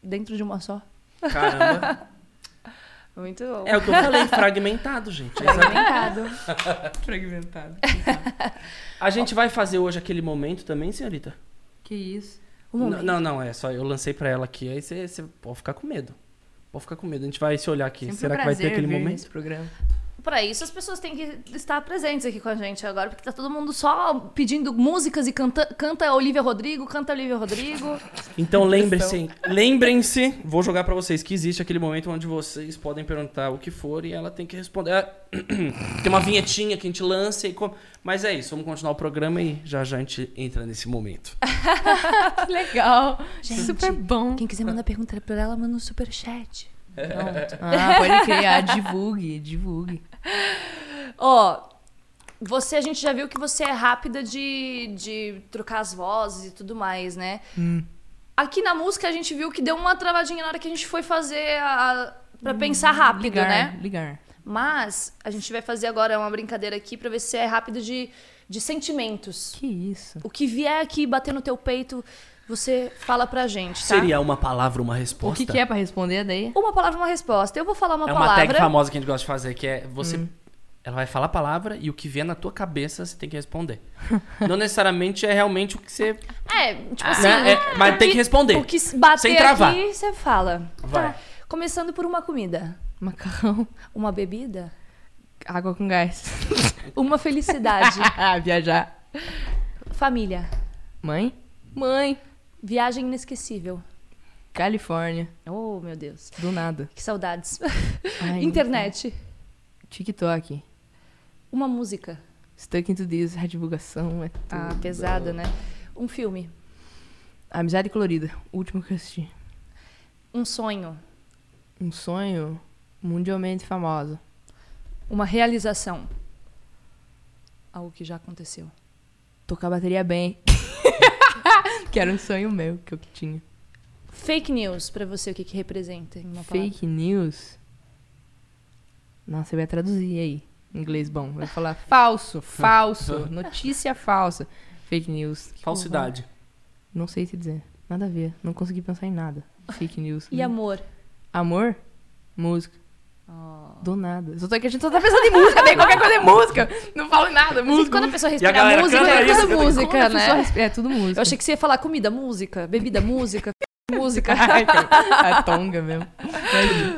dentro de uma só.
Caramba.
Muito bom.
É o que eu falei, fragmentado, gente. Essa-
Obrigado.
Fragmentado.
A gente vai fazer hoje aquele momento também, senhorita?
que isso.
N- Não, não, é só eu lancei pra ela aqui, aí você, você pode ficar com medo. Pode ficar com medo, a gente vai se olhar aqui.
Sempre
Será
um
que vai ter
prazer
aquele
vir
momento?
nesse programa.
Pra isso, as pessoas têm que estar presentes aqui com a gente agora, porque tá todo mundo só pedindo músicas e canta, canta Olivia Rodrigo, canta Olivia Rodrigo.
Então lembrem-se, lembrem-se, vou jogar pra vocês que existe aquele momento onde vocês podem perguntar o que for e ela tem que responder. Ah, Tem uma vinhetinha que a gente lança e com- mas é isso, vamos continuar o programa e já já a gente entra nesse momento.
Tá.
Legal. é
Gente,
Super bom.
Quem quiser mandar pergunta pra ela, manda um superchat.
Ah, pode criar. Divulgue, divulgue.
Ó, você, a gente já viu que você é rápida de, de trocar as vozes e tudo mais, né?
Hum.
Aqui na música a gente viu que deu uma travadinha na hora que a gente foi fazer a. a pra pensar rápido,
Ligar,
né?
ligar.
Mas a gente vai fazer agora uma brincadeira aqui pra ver se é rápido de, de sentimentos.
Que isso.
O que vier aqui bater no teu peito, você fala pra gente, tá?
Seria uma palavra uma
O
resposta?
que, que é pra responder daí?
Uma palavra, uma resposta. Eu vou falar uma
É uma
palavra. Hum.
tag famosa que a gente gosta de fazer que é você ela vai falar a palavra e o que vier na tua cabeça você tem que responder. não necessariamente é realmente o que você,
É, tipo assim.
né? É, mas tem que responder.
O que se bater
Sem travar.
aqui, você fala.
Vai.
Tá. Começando por uma comida,
Macarrão.
uma bebida,
Água com gás. Ah,
uma felicidade,
Viajar.
família,
Mãe? Mãe.
viagem inesquecível.
Califórnia.
Oh, meu Deus.
Do nada.
Que saudades.
Ai,
Internet,
TikTok.
uma música.
Stuck into this. A divulgação é tudo.
Ah, pesada, né? Um filme,
Amizade colorida. O último que eu assisti.
um sonho,
Um sonho mundialmente famoso.
uma realização. Algo que já aconteceu.
Tocar bateria bem. que era um sonho meu que eu tinha.
Fake news, pra você, o que, que representa em uma palavra?
Fake news. Nossa, eu ia traduzir aí. Em Inglês bom. Eu ia falar falso, falso, notícia falsa. Fake news. Que
falsidade.
horror. Não sei te dizer. Nada a ver. Não consegui pensar em nada. Fake news.
E amor,
Amor? Música.
Do nada. Só tô aqui, a gente só tá pensando em música, né? Qualquer coisa é música. Não falo em
Mas é
nada,
que
música.
quando a pessoa respira
galera
música,
canta
é
isso,
tudo
canta-
música,
Quando a pessoa
né?
respe- É tudo música.
Eu achei que você ia falar comida, música, bebida, música, música.
Ai, cara, é tonga mesmo.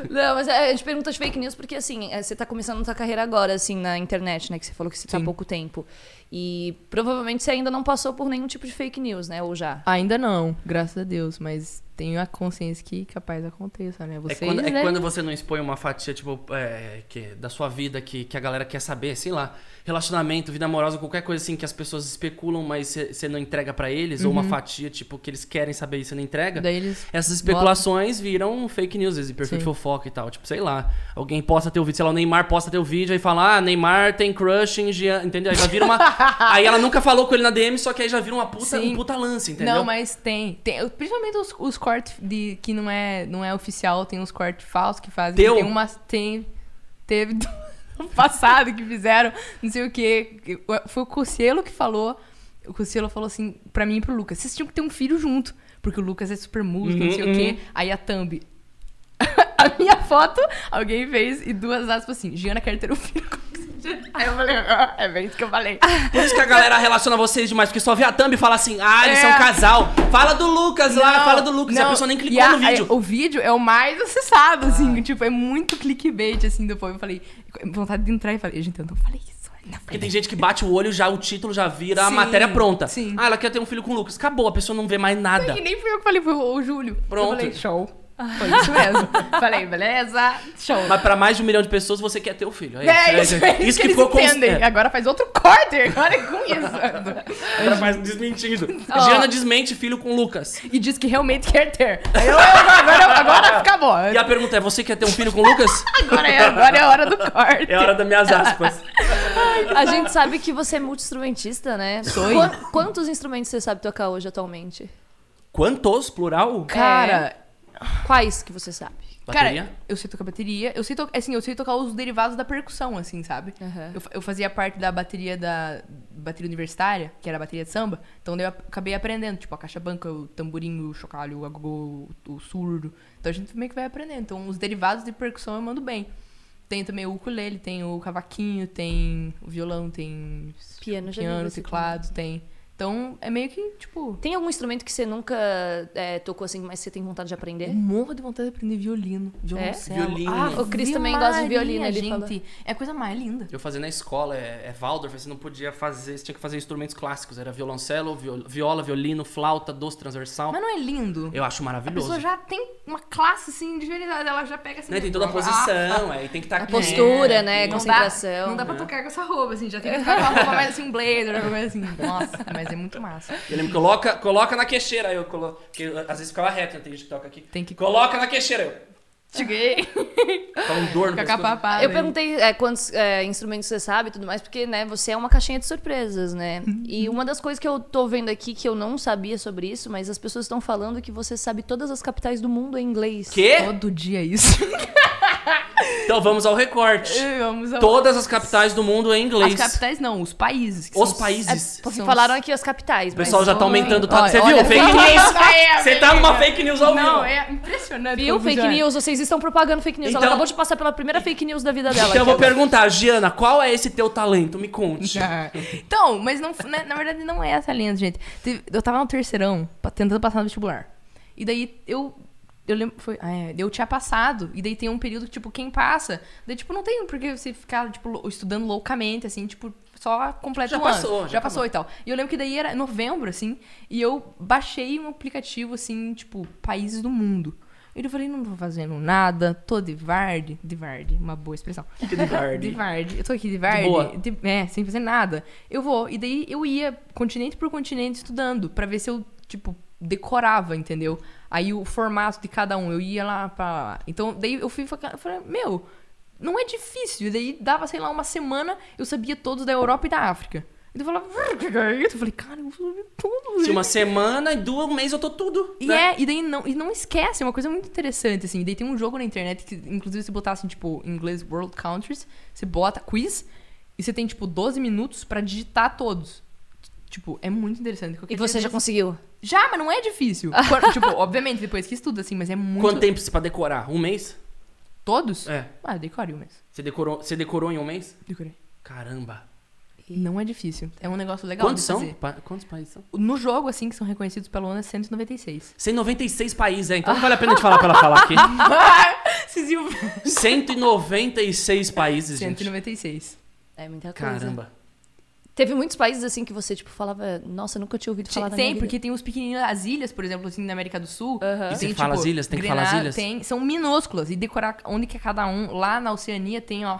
Não, mas é, a gente pergunta de fake news porque, assim, é, você tá começando a sua carreira agora, assim, na internet, né? Que você falou que você tá há
Sim.
pouco tempo. E provavelmente você ainda não passou por nenhum tipo de fake news, né? Ou já.
Ainda não, graças a Deus, mas tenho a consciência que capaz aconteça, né?
É
Vocês,
quando, é
né?
quando você não expõe uma fatia, tipo, é, que, da sua vida que, que a galera quer saber, sei lá, relacionamento, vida amorosa, qualquer coisa assim que as pessoas especulam, mas você não entrega pra eles, ou uma fatia, tipo, que eles querem saber e você não entrega.
Uhum. Daí eles
Essas especulações viram fake news, esse perfil de
Sim.
fofoca e tal. Tipo, sei lá, alguém posta teu vídeo, sei lá, o Neymar posta teu vídeo e fala, ah, Neymar tem crush em Jean, entendeu? Aí já vira uma. aí ela nunca falou com ele na DM, só que aí já vira uma puta,
Sim.
um puta lance, entendeu?
Não, mas tem. tem principalmente os, os cortes de, que não é, não é oficial, tem uns cortes falsos que fazem.
Teu?
Tem umas. Tem. Teve do ano passado que fizeram, não sei o quê. que- Foi o Cocielo que falou. O Cocielo falou assim pra mim e pro Lucas: vocês tinham que ter um filho junto. Porque o Lucas é super músico, não
Uhum,
sei o quê. Aí a thumb. A minha foto, alguém fez e duas aspas assim: Giana quer ter um filho com o Cocielo." Aí eu falei: "Ah, é bem isso que eu falei.
Por isso que a galera relaciona vocês demais, porque só vê a thumb e fala assim, ah, eles
É.
são casal. Fala do Lucas lá,
Não,
fala do Lucas. E a
não.
pessoa nem
E
clicou
a-
no vídeo. Ah.
é, o vídeo é o mais acessado, assim. Tipo, é muito clickbait, assim, do povo. Eu falei, vontade de entrar e falei, gente, eu não falei isso. Não
Porque
falei.
tem gente que bate o olho já, o título já vira a
Sim,
matéria pronta.
sim.
Ah, ela quer ter um filho com o Lucas. Acabou, a pessoa não vê mais nada.
E nem fui eu que falei, foi o, o Júlio.
Pronto.
Eu falei, show. Foi isso mesmo. falei, beleza, show.
Mas pra mais de um milhão de pessoas, você quer ter o filho. É,
é, isso, é isso que, eles
cons-
entendem.
é.
Agora faz outro corte, agora é com isso.
Ela faz desmentindo. Giana desmente filho com Lucas.
e diz que realmente quer ter. Aí eu, eu- agora, agora acabou.
E a pergunta é, você quer ter um filho com Lucas?
Agora é, agora é a hora do corte.
É hora das minhas aspas.
A gente sabe que você é multi-instrumentista, né? Sou. quantos instrumentos você sabe tocar hoje atualmente?
Quantos, plural?
Cara,
Quais que você sabe?
Bateria?
Cara, eu sei tocar bateria. Eu sei, to assim, eu sei tocar os derivados da percussão, assim, sabe?
Aham.
Eu, fa- eu fazia parte da bateria da bateria universitária, que era a bateria de samba. Então daí eu ap- acabei aprendendo, tipo, a caixa banca, o tamborim, o chocalho, o agogô, o surdo. Então a gente meio que vai aprendendo. Então os derivados de percussão eu mando bem. Tem também o ukulele, tem o cavaquinho, tem o violão, tem
Piano, já vi
piano
você
teclado, tem. Então é meio que, tipo,
Tem algum instrumento que você nunca é, tocou assim, mas você tem vontade de aprender?
Eu morro de vontade de aprender violino, violoncelo.
Violino.
É? Ah, O Cris também gosta de violino, ele
gente.
falou.
É a coisa mais linda.
Eu fazia na escola, é, é Waldorf, você não podia fazer, você tinha que fazer instrumentos clássicos. Era violoncelo, viol- viola, violino, flauta, doce transversal.
Mas não é lindo?
Eu acho
a
maravilhoso.
pessoa já tem uma classe, assim, individualizada. Ela já pega, assim...
Né, Tem toda a posição, aí tem que tá estar
A
aqui.
postura, né?
É, não dá,
concentração.
não dá
Né?
pra tocar com essa roupa, assim. Já tem que ficar com a roupa mais, assim, um blazer, alguma coisa assim. Nossa, mas é muito massa.
Eu lembro, coloca, coloca na queixeira, aí eu coloco. Porque às vezes ficava reto, né? tem gente que toca aqui.
Tem que-
Coloca na queixeira, eu.
Cheguei.
Tá um dor no
Com a capa
pescoço.
aparada.
Eu perguntei é, quantos é, instrumentos você sabe e tudo mais, porque, né, você é uma caixinha de surpresas, né?
Uhum.
E uma das coisas que eu tô vendo aqui que eu não sabia sobre isso, mas as pessoas estão falando que você sabe todas as capitais do mundo em inglês.
Quê?
Todo dia isso.
Então vamos ao recorte.
Vamos ao...
Todas as capitais do mundo em
As
inglês.
capitais não, os países. É, que
Os
são-
países.
Porque
São-
falaram aqui as capitais,
O pessoal já tá aumentando, tá?
Olha,
Você viu?
olha,
Fake
fala-
news!
É,
Você tá
amiga.
numa fake news ao
Não,
vivo.
é impressionante.
Viu?
como é.
Fake
funciona.
news, vocês estão propagando fake news. Ela
Então-
acabou de passar pela primeira fake news da vida dela.
Então eu vou
aquela.
perguntar, Giana, qual é esse teu talento? Me conte.
Já. Então, mas não, né, na verdade não é essa a linha, gente. Teve- Eu tava no terceirão, pa- tentando passar no vestibular. E daí eu. Eu lembro, foi. ah, é, eu tinha passado, e daí tem um período que, tipo, quem passa. Daí, tipo, não tem por que você ficar, tipo, lou- estudando loucamente, assim, tipo, só completa
Já
um
passou,
ano.
já
Já, passou e tal. E eu lembro que daí era novembro, assim, e eu baixei um aplicativo, assim, tipo, países do mundo. E eu falei, não tô fazendo nada, tô de varde. De varde, uma boa expressão.
Que
De
Vardy.
Varde. Eu tô aqui de Varde.
boa.
de- é, sem fazer nada. Eu vou. E daí eu ia continente por continente estudando pra ver se eu, tipo, decorava, entendeu? Aí o formato de cada um, eu ia lá pra. Então, daí eu fui focar- eu falei, meu, não é difícil. E daí dava, sei lá, uma semana, eu sabia todos da Europa e da África. E eu falava, "Vrr, que que é isso?" eu falei, cara, eu sabia todos.
Se uma semana e duas, um mês eu tô tudo.
E
né?
é, e daí não, e não esquece, é uma coisa muito interessante, assim. Daí tem um jogo na internet que, inclusive, se botar assim, tipo, em inglês World Countries, você bota quiz e você tem, tipo, 12 minutos pra digitar todos. Tipo, é muito interessante.
E
Qualquer
você
dia
já
desse-
conseguiu?
Já, mas não é difícil. Quando- tipo, obviamente, depois que estuda, assim, mas é muito.
Quanto tempo pra decorar? Um mês?
Todos?
É.
Ah, eu decorei o mês.
Você decorou, você decorou em um mês?
Decorei.
Caramba.
Não é difícil. É um negócio legal
Quantos
de
são?
fazer.
Pa- quantos países são?
No jogo, assim, que são reconhecidos pela ONU, é 196.
196 países, é. Então não vale a pena de falar pra ela falar aqui.
Vocês iam ver.
196 países, gente.
196.
É muita coisa.
Caramba.
Teve muitos países assim que você, tipo, falava, nossa, nunca tinha ouvido falar Tá da
Tem,
minha
porque
vida."
tem os pequeninos, as ilhas, por exemplo, assim, na América do Sul.
Aham.
que
E você
tem, tipo,
fala as ilhas? Tem que falar as
Grenada,
ilhas?
Tem, são minúsculas. E decorar onde que é cada um. Lá na Oceania tem, ó.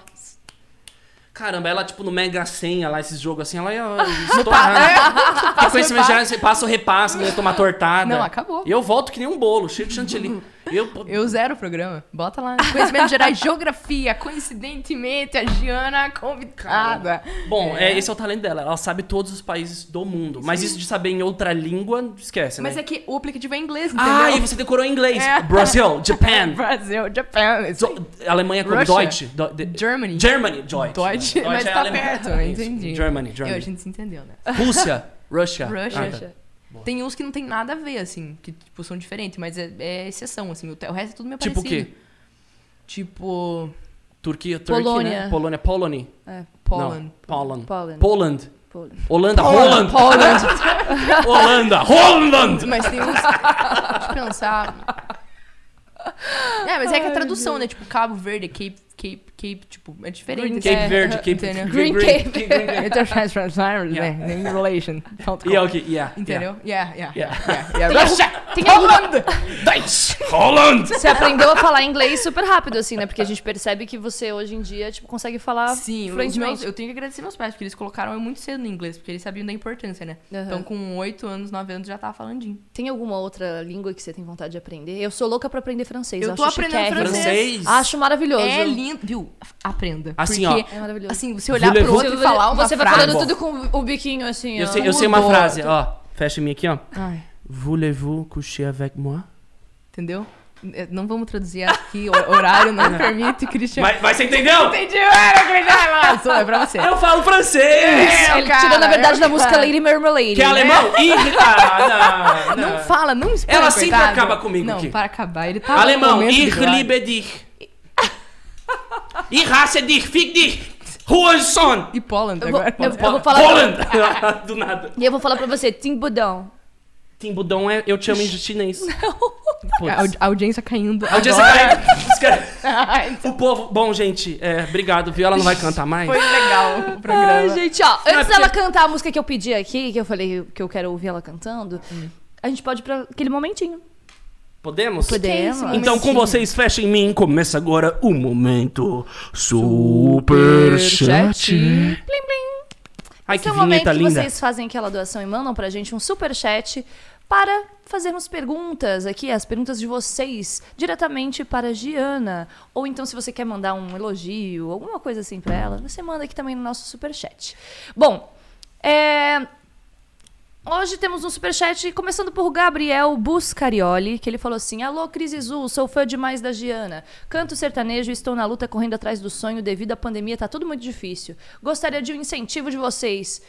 Caramba, ela, tipo, no Mega Senha lá, esses jogos assim, ela ia estourar.
Tá,
Porque conhecimento geral, você passa o repasse, não ia tomar tortada.
é. Não, acabou.
E eu volto que nem um bolo, cheio de chantilly. Eu, pô,
Eu zero o programa. Bota lá. Conhecimento geral e geografia. Coincidentemente, a Giana convidada.
Bom, é, esse é o talento dela. Ela sabe todos os países do mundo. Mas isso de saber em outra língua, esquece,
Mas
né?
é que o aplicativo é inglês, entendeu?
Ah, e você decorou em inglês.
É.
Brasil, Japan.
Brasil, Japan. isso aí.
Do- Alemanha como
Russia.
Deutsche. Do- de-
Germany.
Germany, Deutsche.
Deutsche, mas
é
tá
alemão.
perto,
É isso.
entendi.
Germany,
Eu, a
Germany.
gente se entendeu, né?
Rússia, Russia.
Russia.
Ah, tá.
Tem uns que não tem nada a ver, assim, que, tipo, são diferentes, mas é, é exceção, assim. O, te- o resto é tudo meio
Tipo o
parecido.
quê?
Tipo,
Turquia, Turkey,
Polônia.
né? Polônia, Polony.
Poland.
Não, Poland.
Poland.
Poland.
Poland.
Holanda, Holland. Holanda, Holland.
Mas tem uns... Deixa eu pensar... É, mas é que a tradução, né? Tipo, Cabo Verde, Cape, Cape, Cape, tipo, é diferente.
Cape
é,
Verde, Cape
entendeu?
Green Cape. Green Cape. Yeah.
In relation.
E é o que? Yeah.
Entendeu? Yeah, yeah,
Yeah.
yeah. yeah, yeah.
Tem, algum- tem alguma...
yeah. Deutsche. Holland.
Você aprendeu a falar inglês super rápido, assim, né? Porque a gente percebe que você, hoje em dia, tipo, consegue falar
Sim, os meus-
fluentemente.
eu tenho que agradecer meus pais, porque eles colocaram eu muito cedo no inglês, porque eles sabiam da importância, né?
Aham.
Então, com 8 anos, 9 anos, já tava falandinho.
Tem alguma outra língua que você tem vontade de aprender? Eu sou louca pra aprender francês.
Eu
acho
tô aprendendo
chiquérrimo.
Francês.
Acho maravilhoso.
É lindo, viu? Aprenda.
Assim,
porque,
ó. É maravilhoso.
Assim, você olhar pro
Voulez-vous?
outro e falar uma
Você vai
frase...
falando tudo com o biquinho, assim,
Eu
ó.
sei, eu sei uma
Mudou.
frase, ó. Fecha em mim aqui, ó.
Ai,
Voulez-vous coucher avec moi?
entendeu? É, Não vamos traduzir aqui, o horário não permite, Christian.
Mas, mas você entendeu?
Entendi, era, Christian, mas, ó, é pra você.
Eu falo francês!
É,
Ele tirou, na
cara,
verdade,
eu-
da música
cara.
Lady né? Marmalade.
Que é alemão? Ih, ah, não,
Não
não.
fala, não espera,
Ela sempre
coitado.
acaba comigo
Não,
aqui.
para acabar, ele tá... no
Alemão,
momento de
ich
glória.
liebe dich. Ich hasse dich, fick dich, Hurensohn!
E Poland
Eu vou-
agora.
eu-
Poland.
vou falar-
Poland! Do nada.
E eu vou falar pra você, Timbudão.
Timbudão é eu te amo em chinês.
A É, audi- a audiência caindo
Onde você
agora.
vai? Os caras-
Ai, então-
O povo. Bom, gente, é, obrigado, viu? Ela não vai cantar mais.
Foi legal o programa.
Ai, gente, ó, antes
é porque-
dela cantar a música que eu pedi aqui, que eu falei que eu quero ouvir ela cantando,
Hum.
a gente pode ir pra aquele momentinho.
Podemos?
Podemos.
Então, com vocês, fechem em mim. Começa agora o momento Super Chat.
Plim, plim.
Ai,
Esse
que
é o momento
vinheta
que
linda.
vocês fazem aquela doação e mandam pra gente um superchat para fazermos perguntas aqui, as perguntas de vocês, diretamente para a Giana. Ou então, se você quer mandar um elogio, alguma coisa assim pra ela, você manda aqui também no nosso superchat. Bom, é... Hoje temos um superchat, começando por Gabriel Buscarioli, que ele falou assim: Alô, Cris Izu, sou fã demais da Giana. Canto sertanejo e estou na luta correndo atrás do sonho devido à pandemia, tá tudo muito difícil. Gostaria de um incentivo de vocês.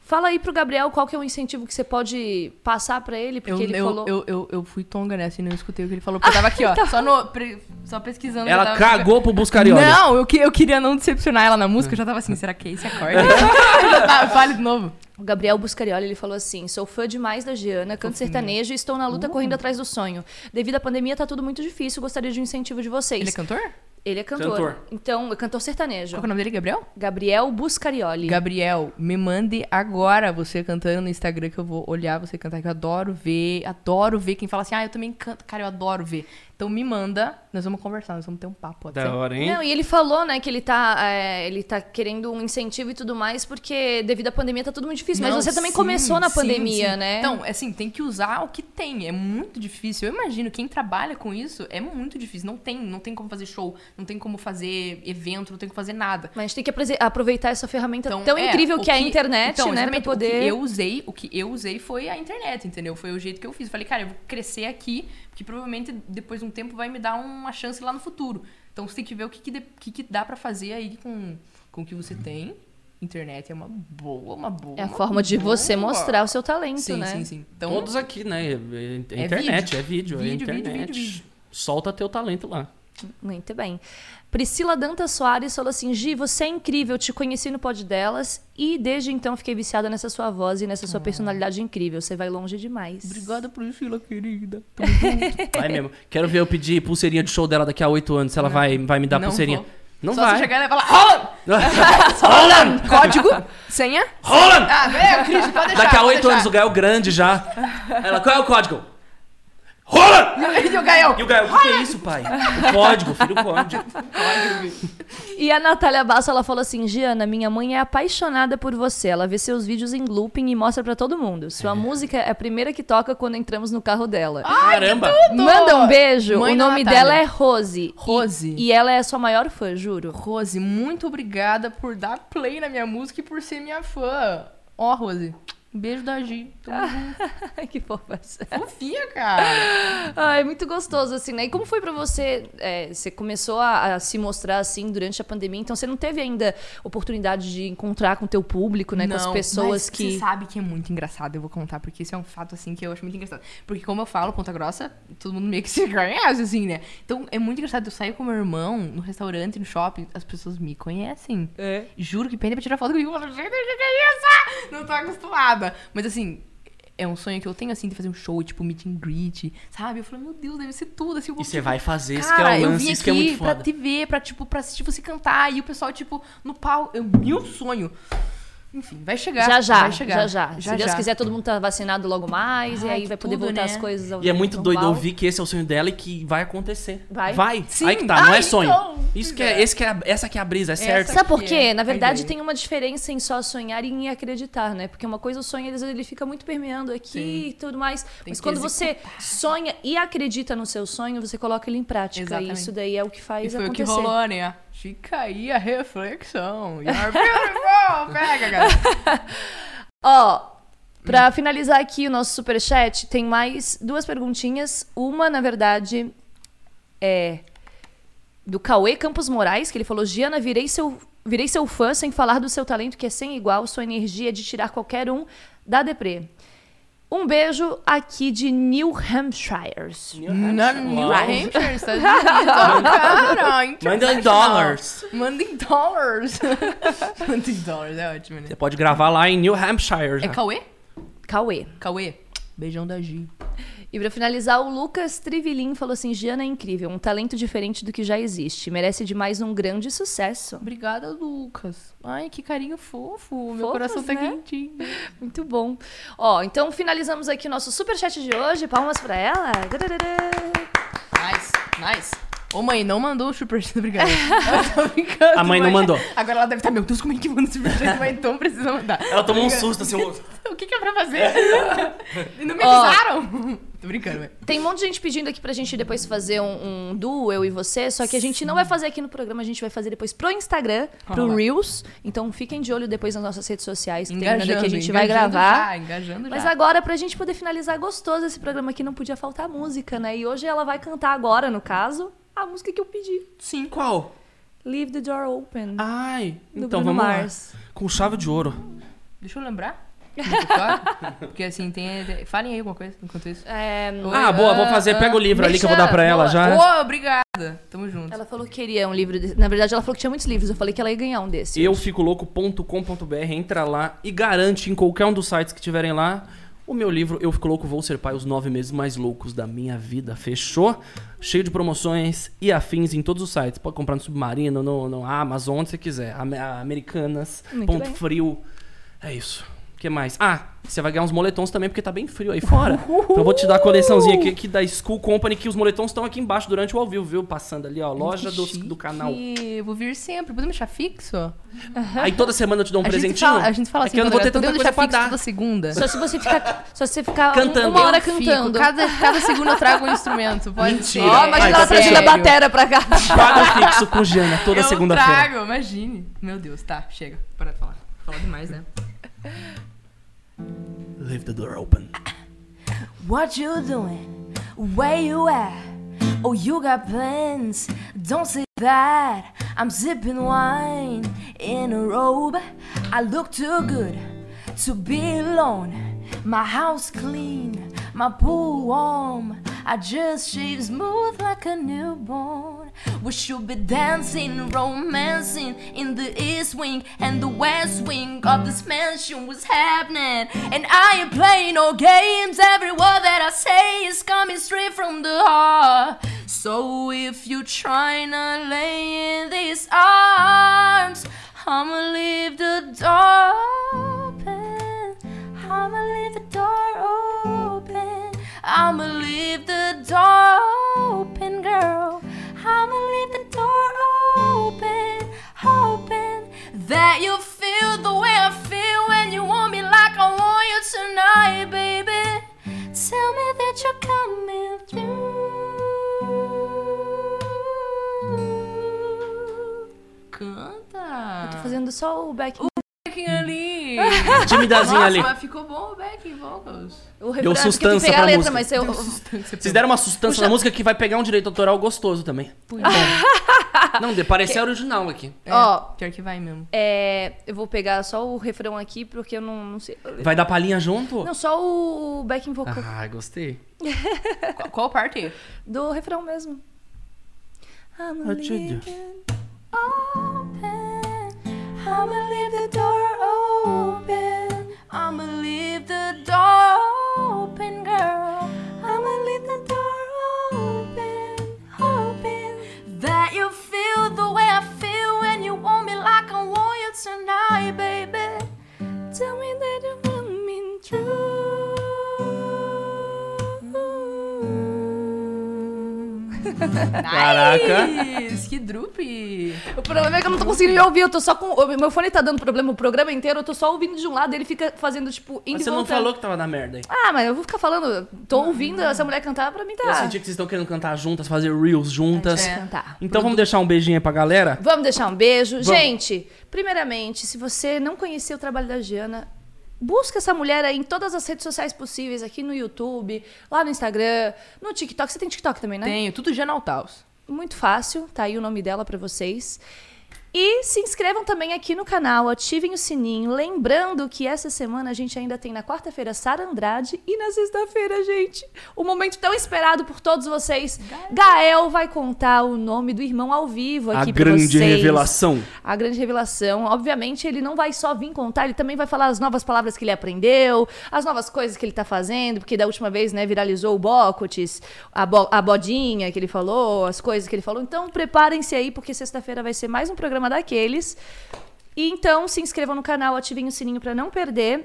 Fala aí pro Gabriel qual que é o incentivo que você pode passar pra ele, porque
Eu,
ele
eu,
falou.
eu, eu, eu fui tonga nessa e não escutei o que ele falou, porque eu tava aqui, ó, só, no, pre- só pesquisando. eu
Ela
tava-
cagou pro Buscarioli.
Não, eu, que- eu queria não decepcionar ela na música, eu já tava assim, será que é esse acorde? Já tava- Fale de novo.
O Gabriel Buscarioli, ele falou assim: sou fã demais da Giana, canto sertanejo e estou na
Uh.
luta correndo atrás do sonho. Devido à pandemia, tá tudo muito difícil, gostaria de um incentivo de vocês.
Ele é cantor? Qual
Ele é cantor.
Cantor.
Então, é cantor sertanejo.
que é o nome dele, Gabriel?
Gabriel Buscarioli.
Gabriel, me mande agora você cantando no Instagram que eu vou olhar você cantar, que eu adoro ver, adoro ver quem fala assim, ah, eu também canto, cara, eu adoro ver. Então me manda, nós vamos conversar, nós vamos ter um papo. pode ser?
Da hora, hein?
Não, e ele falou, né, que ele tá, é, ele tá querendo um incentivo e tudo mais, porque devido à pandemia tá tudo muito difícil.
Não,
Mas você também
sim,
começou na
sim,
pandemia,
sim.
né?
Então, assim, tem que usar o que tem. É muito difícil. Eu imagino, quem trabalha com isso é muito difícil. Não tem, não tem como fazer show, não tem como fazer evento, não tem como fazer nada.
mas tem que aprese- aproveitar essa ferramenta
Então,
tão
é,
incrível
o
que é a internet,
então,
né? Pra
exatamente, O
poder.
que eu usei, o que eu usei foi a internet, entendeu? Foi o jeito que eu fiz. Falei, cara, eu vou crescer aqui, porque provavelmente depois de um tempo vai me dar uma chance lá no futuro. Então você tem que ver o que, que, de- o que, que dá pra fazer aí com, com o que você tem. Internet é uma boa, uma boa.
É a
uma
forma de você
boa.
mostrar o seu talento,
Sim,
né?
sim, sim. Então,
Todos aqui, né? É, é
É
internet,
vídeo.
é vídeo, é
Vídeo, vídeo,
internet.
vídeo, vídeo.
Solta teu talento lá.
Muito bem. Priscila Dantas Soares falou assim: Gi, você é incrível, te conheci no pod delas e desde então fiquei viciada nessa sua voz e nessa sua personalidade incrível. Você vai longe demais.
Ah. Obrigada, Priscila, querida.
Vai mesmo. Quero ver eu pedir pulseirinha de show dela daqui a oito anos, se ela vai, vai me dar
Não
pulseirinha.
vou.
Não
Só
vai.
se chegar e falar, Roland!
Roland!
Código? Senha?
Roland!
Ah, vem, Cris, pode deixar.
Daqui a
pode
oito anos o Gael grande já. Ela, qual é o código? Roland!
deixar. E o Gael?
E o Gael, o que que é isso, pai? O código, filho, o código.
E a Natália Basso, ela falou assim: Giana, minha mãe é apaixonada por você. Ela vê seus vídeos em looping e mostra pra todo mundo. Sua música é a primeira que toca quando entramos no carro dela.
Caramba!
Manda um beijo.
Ah, Mãe
o
da
nome
Natália.
dela é Rose. E-
Rose.
E, ela é a sua maior fã, juro.
Rose, muito obrigada por dar play na minha música e por ser minha fã. Ó, Rose, um beijo da Gi. Tamo junto.
Ai, que fofa.
Confia, cara.
Ai, muito gostoso, assim, né? E como foi pra você? é, você começou a, a se mostrar assim durante a pandemia, então você não teve ainda oportunidade de encontrar com o teu público, né? com as
Não,
pessoas
mas
que.
Você sabe que é muito engraçado, eu vou contar, porque isso é um fato, assim, que eu acho muito engraçado. Porque como eu falo, Ponta Grossa, todo mundo meio que se conhece, assim, né? Então, é muito engraçado. Eu saio com meu irmão no restaurante, no shopping, as pessoas me conhecem.
É.
Juro que pena pra tirar foto comigo. Eu falo, gente, o que é isso? Não tô acostumada. Mas assim, é um sonho que eu tenho, assim, de fazer um show, tipo, meet and greet, sabe? Eu falo, meu Deus, deve ser tudo, assim. eu
E
vou-
você vai fazer, isso que é
Cara,
o
eu
lance,
vim
isso que é muito
aqui pra
foda.
te ver, pra, tipo, pra assistir você cantar. E o pessoal, tipo, no pau. Eu, meu sonho. Enfim, vai chegar.
Já já,
Vai chegar.
já já. Se Deus quiser, todo mundo tá vacinado logo mais e
Ai,
aí
que
vai poder
tudo,
voltar
né?
as coisas ao
E é muito doido
normal.
ouvir que esse é o sonho dela e que vai acontecer.
Vai?
Vai.
Sim.
Aí que tá, não
Ai,
é sonho.
então,
Isso que
pois
é,
é.
esse que é, a- essa que é a brisa, é certo.
Sabe por
que
quê?
é
Na
a
verdade,
ideia.
tem uma diferença em só sonhar e em acreditar, né? Porque uma coisa, o sonho, ele, ele fica muito permeando aqui e tudo mais. Mas
que
quando você sonha e acredita no seu sonho, você coloca ele em prática. E
Exatamente.
isso daí é o que
E
faz
foi o que
acontecer.
rolou, né? Fica aí a reflexão. You're beautiful. Pega, cara.
Ó, pra finalizar aqui o nosso superchat, tem mais duas perguntinhas. Uma, na verdade, é do Cauê Campos Moraes, que ele falou: Giana, virei seu, virei seu fã sem falar do seu talento, que é sem igual, sua energia é de tirar qualquer um da deprê. Um beijo aqui de New Hampshire.
Na New
Uau.
Hampshire, Estados Unidos. Ó, cara,
Manda um em
international.
dólares.
Manda em dólares. Manda em dólares, é ótimo, né?
Você pode gravar lá em New Hampshire.
É
já.
Cauê?
Cauê.
Cauê, beijão da Gi.
E pra finalizar, o Lucas Trivilin falou assim: Giana é incrível, um talento diferente do que já existe. Merece demais um grande sucesso.
Obrigada, Lucas. Ai, que carinho fofo. Meu
Fofos,
coração tá
né?
quentinho.
Muito bom. Ó, então finalizamos aqui o nosso superchat de hoje. Palmas pra ela. Tarará.
Nice, nice. Ô mãe, não mandou o superchat, obrigada. Eu tô brincando,
A mãe não mandou.
Agora ela deve estar, meu Deus, como é que manda o superchat? Mas então precisa mandar.
Ela tomou um susto assim. um-
O que, que é pra fazer? E não me avisaram. Tô brincando, velho.
Tem um monte de gente pedindo aqui pra gente depois fazer um, um duo, eu e você. Só que a gente não vai fazer aqui no programa, a gente vai fazer depois pro Instagram, pro
lá.
Reels. Então fiquem de olho depois nas nossas redes sociais, que terminando
Engajando,
aqui a gente vai
engajando
gravar.
Já, engajando
Mas
já.
agora, pra gente poder finalizar gostoso esse programa aqui, não podia faltar música, né? E hoje ela vai cantar agora, no caso, a música que eu pedi.
Sim, qual?
Leave the Door Open,
Ai,
do
então
Bruno
vamos
Mars.
lá. Com chave de ouro.
Deixa eu lembrar. do que toca, Porque assim, tem. tem- Falem aí alguma coisa enquanto isso.
É,
Ah, boa, vou fazer. Pega o livro ali que eu vou dar pra
deixa,
ela
boa.
já.
Ô, obrigada. Tamo junto.
Ela falou que queria um livro. desse. Na verdade, ela falou que tinha muitos livros. Eu falei que ela ia ganhar um desse.
euficoloco.com.br, entra lá e garante em qualquer um dos sites que tiverem lá o meu livro Eu Fico Louco, Vou Ser Pai, os nove meses mais loucos da minha vida. Fechou? Cheio de promoções e afins em todos os sites. Pode comprar no Submarino, no, no Amazon, onde você quiser. Am- Americanas,
Muito
Ponto
bem.
Frio. É isso. O que mais? Ah, você vai ganhar uns moletons também, porque tá bem frio aí fora. Então eu vou te dar a coleçãozinha aqui, aqui da School Company, que os moletons estão aqui embaixo durante o ao vivo, viu? Passando ali, ó.
é
Loja do,
Chique.
do canal.
Eu vou vir sempre. Podemos deixar fixo?
Aí toda semana eu te dou um
a,
presentinho.
gente fala, a gente fala
é
assim,
que eu não vou ter tanta
podemos
coisa
deixar
pra
fixo
dar.
toda segunda.
Só se você ficar, só se você ficar um-
Cantando.
uma hora
Eu fico.
cantando.
Cada, cada segunda eu trago um instrumento. Pode
Mentira.
ser.
Ó,
Ó, imagina
Ai, tá
ela
sério?
trazendo a batera pra cá.
Quadro fixo com Jana toda
Eu
segunda-feira.
trago, imagine. Meu Deus, tá, chega. Para de falar. Fala demais, né?
Leave the door open.
What you doing? Where you at? Oh, you got plans? Don't say that. I'm sipping wine in a robe. I look too good to be alone. My house clean, my pool warm. I just shave smooth like a newborn. We should be dancing, romancing in the east wing and the west wing of this mansion was happening. And I ain't playing no games, every word that I say is coming straight from the heart. So if you tryna lay in these arms, I'ma leave the door open. I'ma leave the door open. I'ma leave the door open, girl. I'ma leave the door open, open. That you feel the way I feel when you want me like I want you tonight, baby. Tell me that you're coming through.
Canta.
Tô fazendo só o back.
Backing ali.
Timidazinha ali.
Nossa, ficou bom o backing vocals.
Deu
O refrão, porque tu
sustância
pega a
pra
letra,
música.
mas eu.
Vocês deram uma sustância na música que vai pegar um direito autoral gostoso também. É. Não, de parecer original aqui.
Ó.
Pior que vai mesmo.
É, eu vou pegar só o refrão aqui, porque eu não, não sei.
Vai dar palhinha junto?
Não, só o backing vocal
Ah, gostei.
Qual, qual parte?
do refrão mesmo. I'm leaving
open. I'ma leave the door open. I'ma leave the door open, girl. I'ma leave the door open, open. That you feel the way I feel when you want me like I want you tonight, baby. Tell me that you want me true.
Caraca.
Isso, que droop.
O problema é que eu não tô conseguindo ouvir, eu tô só com. o Meu fone tá dando problema o programa inteiro, eu tô só ouvindo de um lado e ele fica fazendo, tipo, indo
Mas
e
Então
você não
voltando.
falou que tava na merda aí.
Ah, mas eu vou ficar falando, tô ouvindo essa mulher cantar pra mim tá.
Ah.
É.
Eu senti que vocês estão querendo cantar juntas, fazer reels juntas.
É.
Deixa eu cantar.
Então vamos deixar um beijinho aí pra galera?
Vamos deixar um beijo. Gente, primeiramente, se você não conhecia o trabalho da Giana, busca essa mulher aí em todas as redes sociais possíveis, aqui no YouTube, lá no Instagram, no TikTok. Você tem TikTok também, né?
Tenho, tudo Genaltaus.
Muito fácil, tá aí o nome dela pra vocês. E se inscrevam também aqui no canal, ativem o sininho. Lembrando que essa semana a gente ainda tem na quarta-feira Sara Andrade e na sexta-feira, gente, o momento tão esperado por todos vocês. Gael vai contar o nome do irmão ao vivo aqui pra vocês. A grande revelação. Obviamente, ele não vai só vir contar, ele também vai falar as novas palavras que ele aprendeu, as novas coisas que ele tá fazendo, porque da última vez, né, viralizou o Bocotes, a, bo- a bodinha que ele falou, as coisas que ele falou. Então, preparem-se aí, porque sexta-feira vai ser mais um programa daqueles. E então, se inscrevam no canal, ativem o sininho pra não perder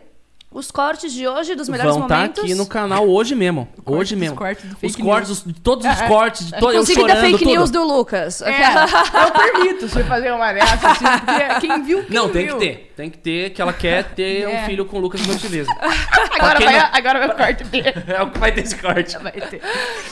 os cortes de hoje, dos melhores
Vão estar
momentos.
aqui no canal hoje mesmo. hoje
dos
mesmo.
cortes do
os
fake
cortes, os- todos
É,
os cortes, de to, eu
Inclusive da
chorando,
fake
tudo.
news do Lucas.
eu permito você fazer uma dessa, assim, porque quem viu, quem
Não, tem que
viu.
ter. Tem que ter, que ela quer ter um
É.
filho com o Lucas Montivismo.
Agora
quem
vai,
não-
agora vai o corte dele.
é o que vai ter esse corte.
Vai ter.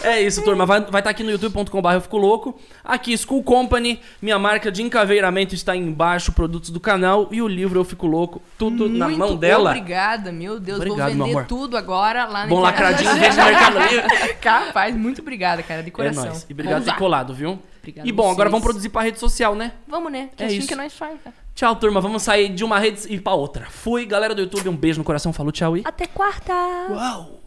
É isso, turma. Vai estar aqui no youtube.com.br, eu fico louco. Aqui, School Company, minha marca de encaveiramento está aí embaixo, produtos do canal e o livro Eu Fico Louco, tudo na
Muito
mão dela.
Obrigada, meu Deus.
Obrigado, meu
vou vender
amor.
tudo agora lá na
Bom
internet.
lacradinho, vende no Mercado Livre.
Capaz, muito obrigada, cara, de
É
coração.
nóis. E obrigado
Vamos
por ter
lá.
colado, viu?
Obrigado
e bom, agora
vocês.
vamos produzir pra rede social, né?
Vamos, né? Que
É
é assim
isso.
que nós faz, cara.
Tchau, turma. Vamos sair de uma rede e pra outra. Fui, galera do YouTube. Um beijo no coração. Falou, tchau e.
Até quarta!
Uau!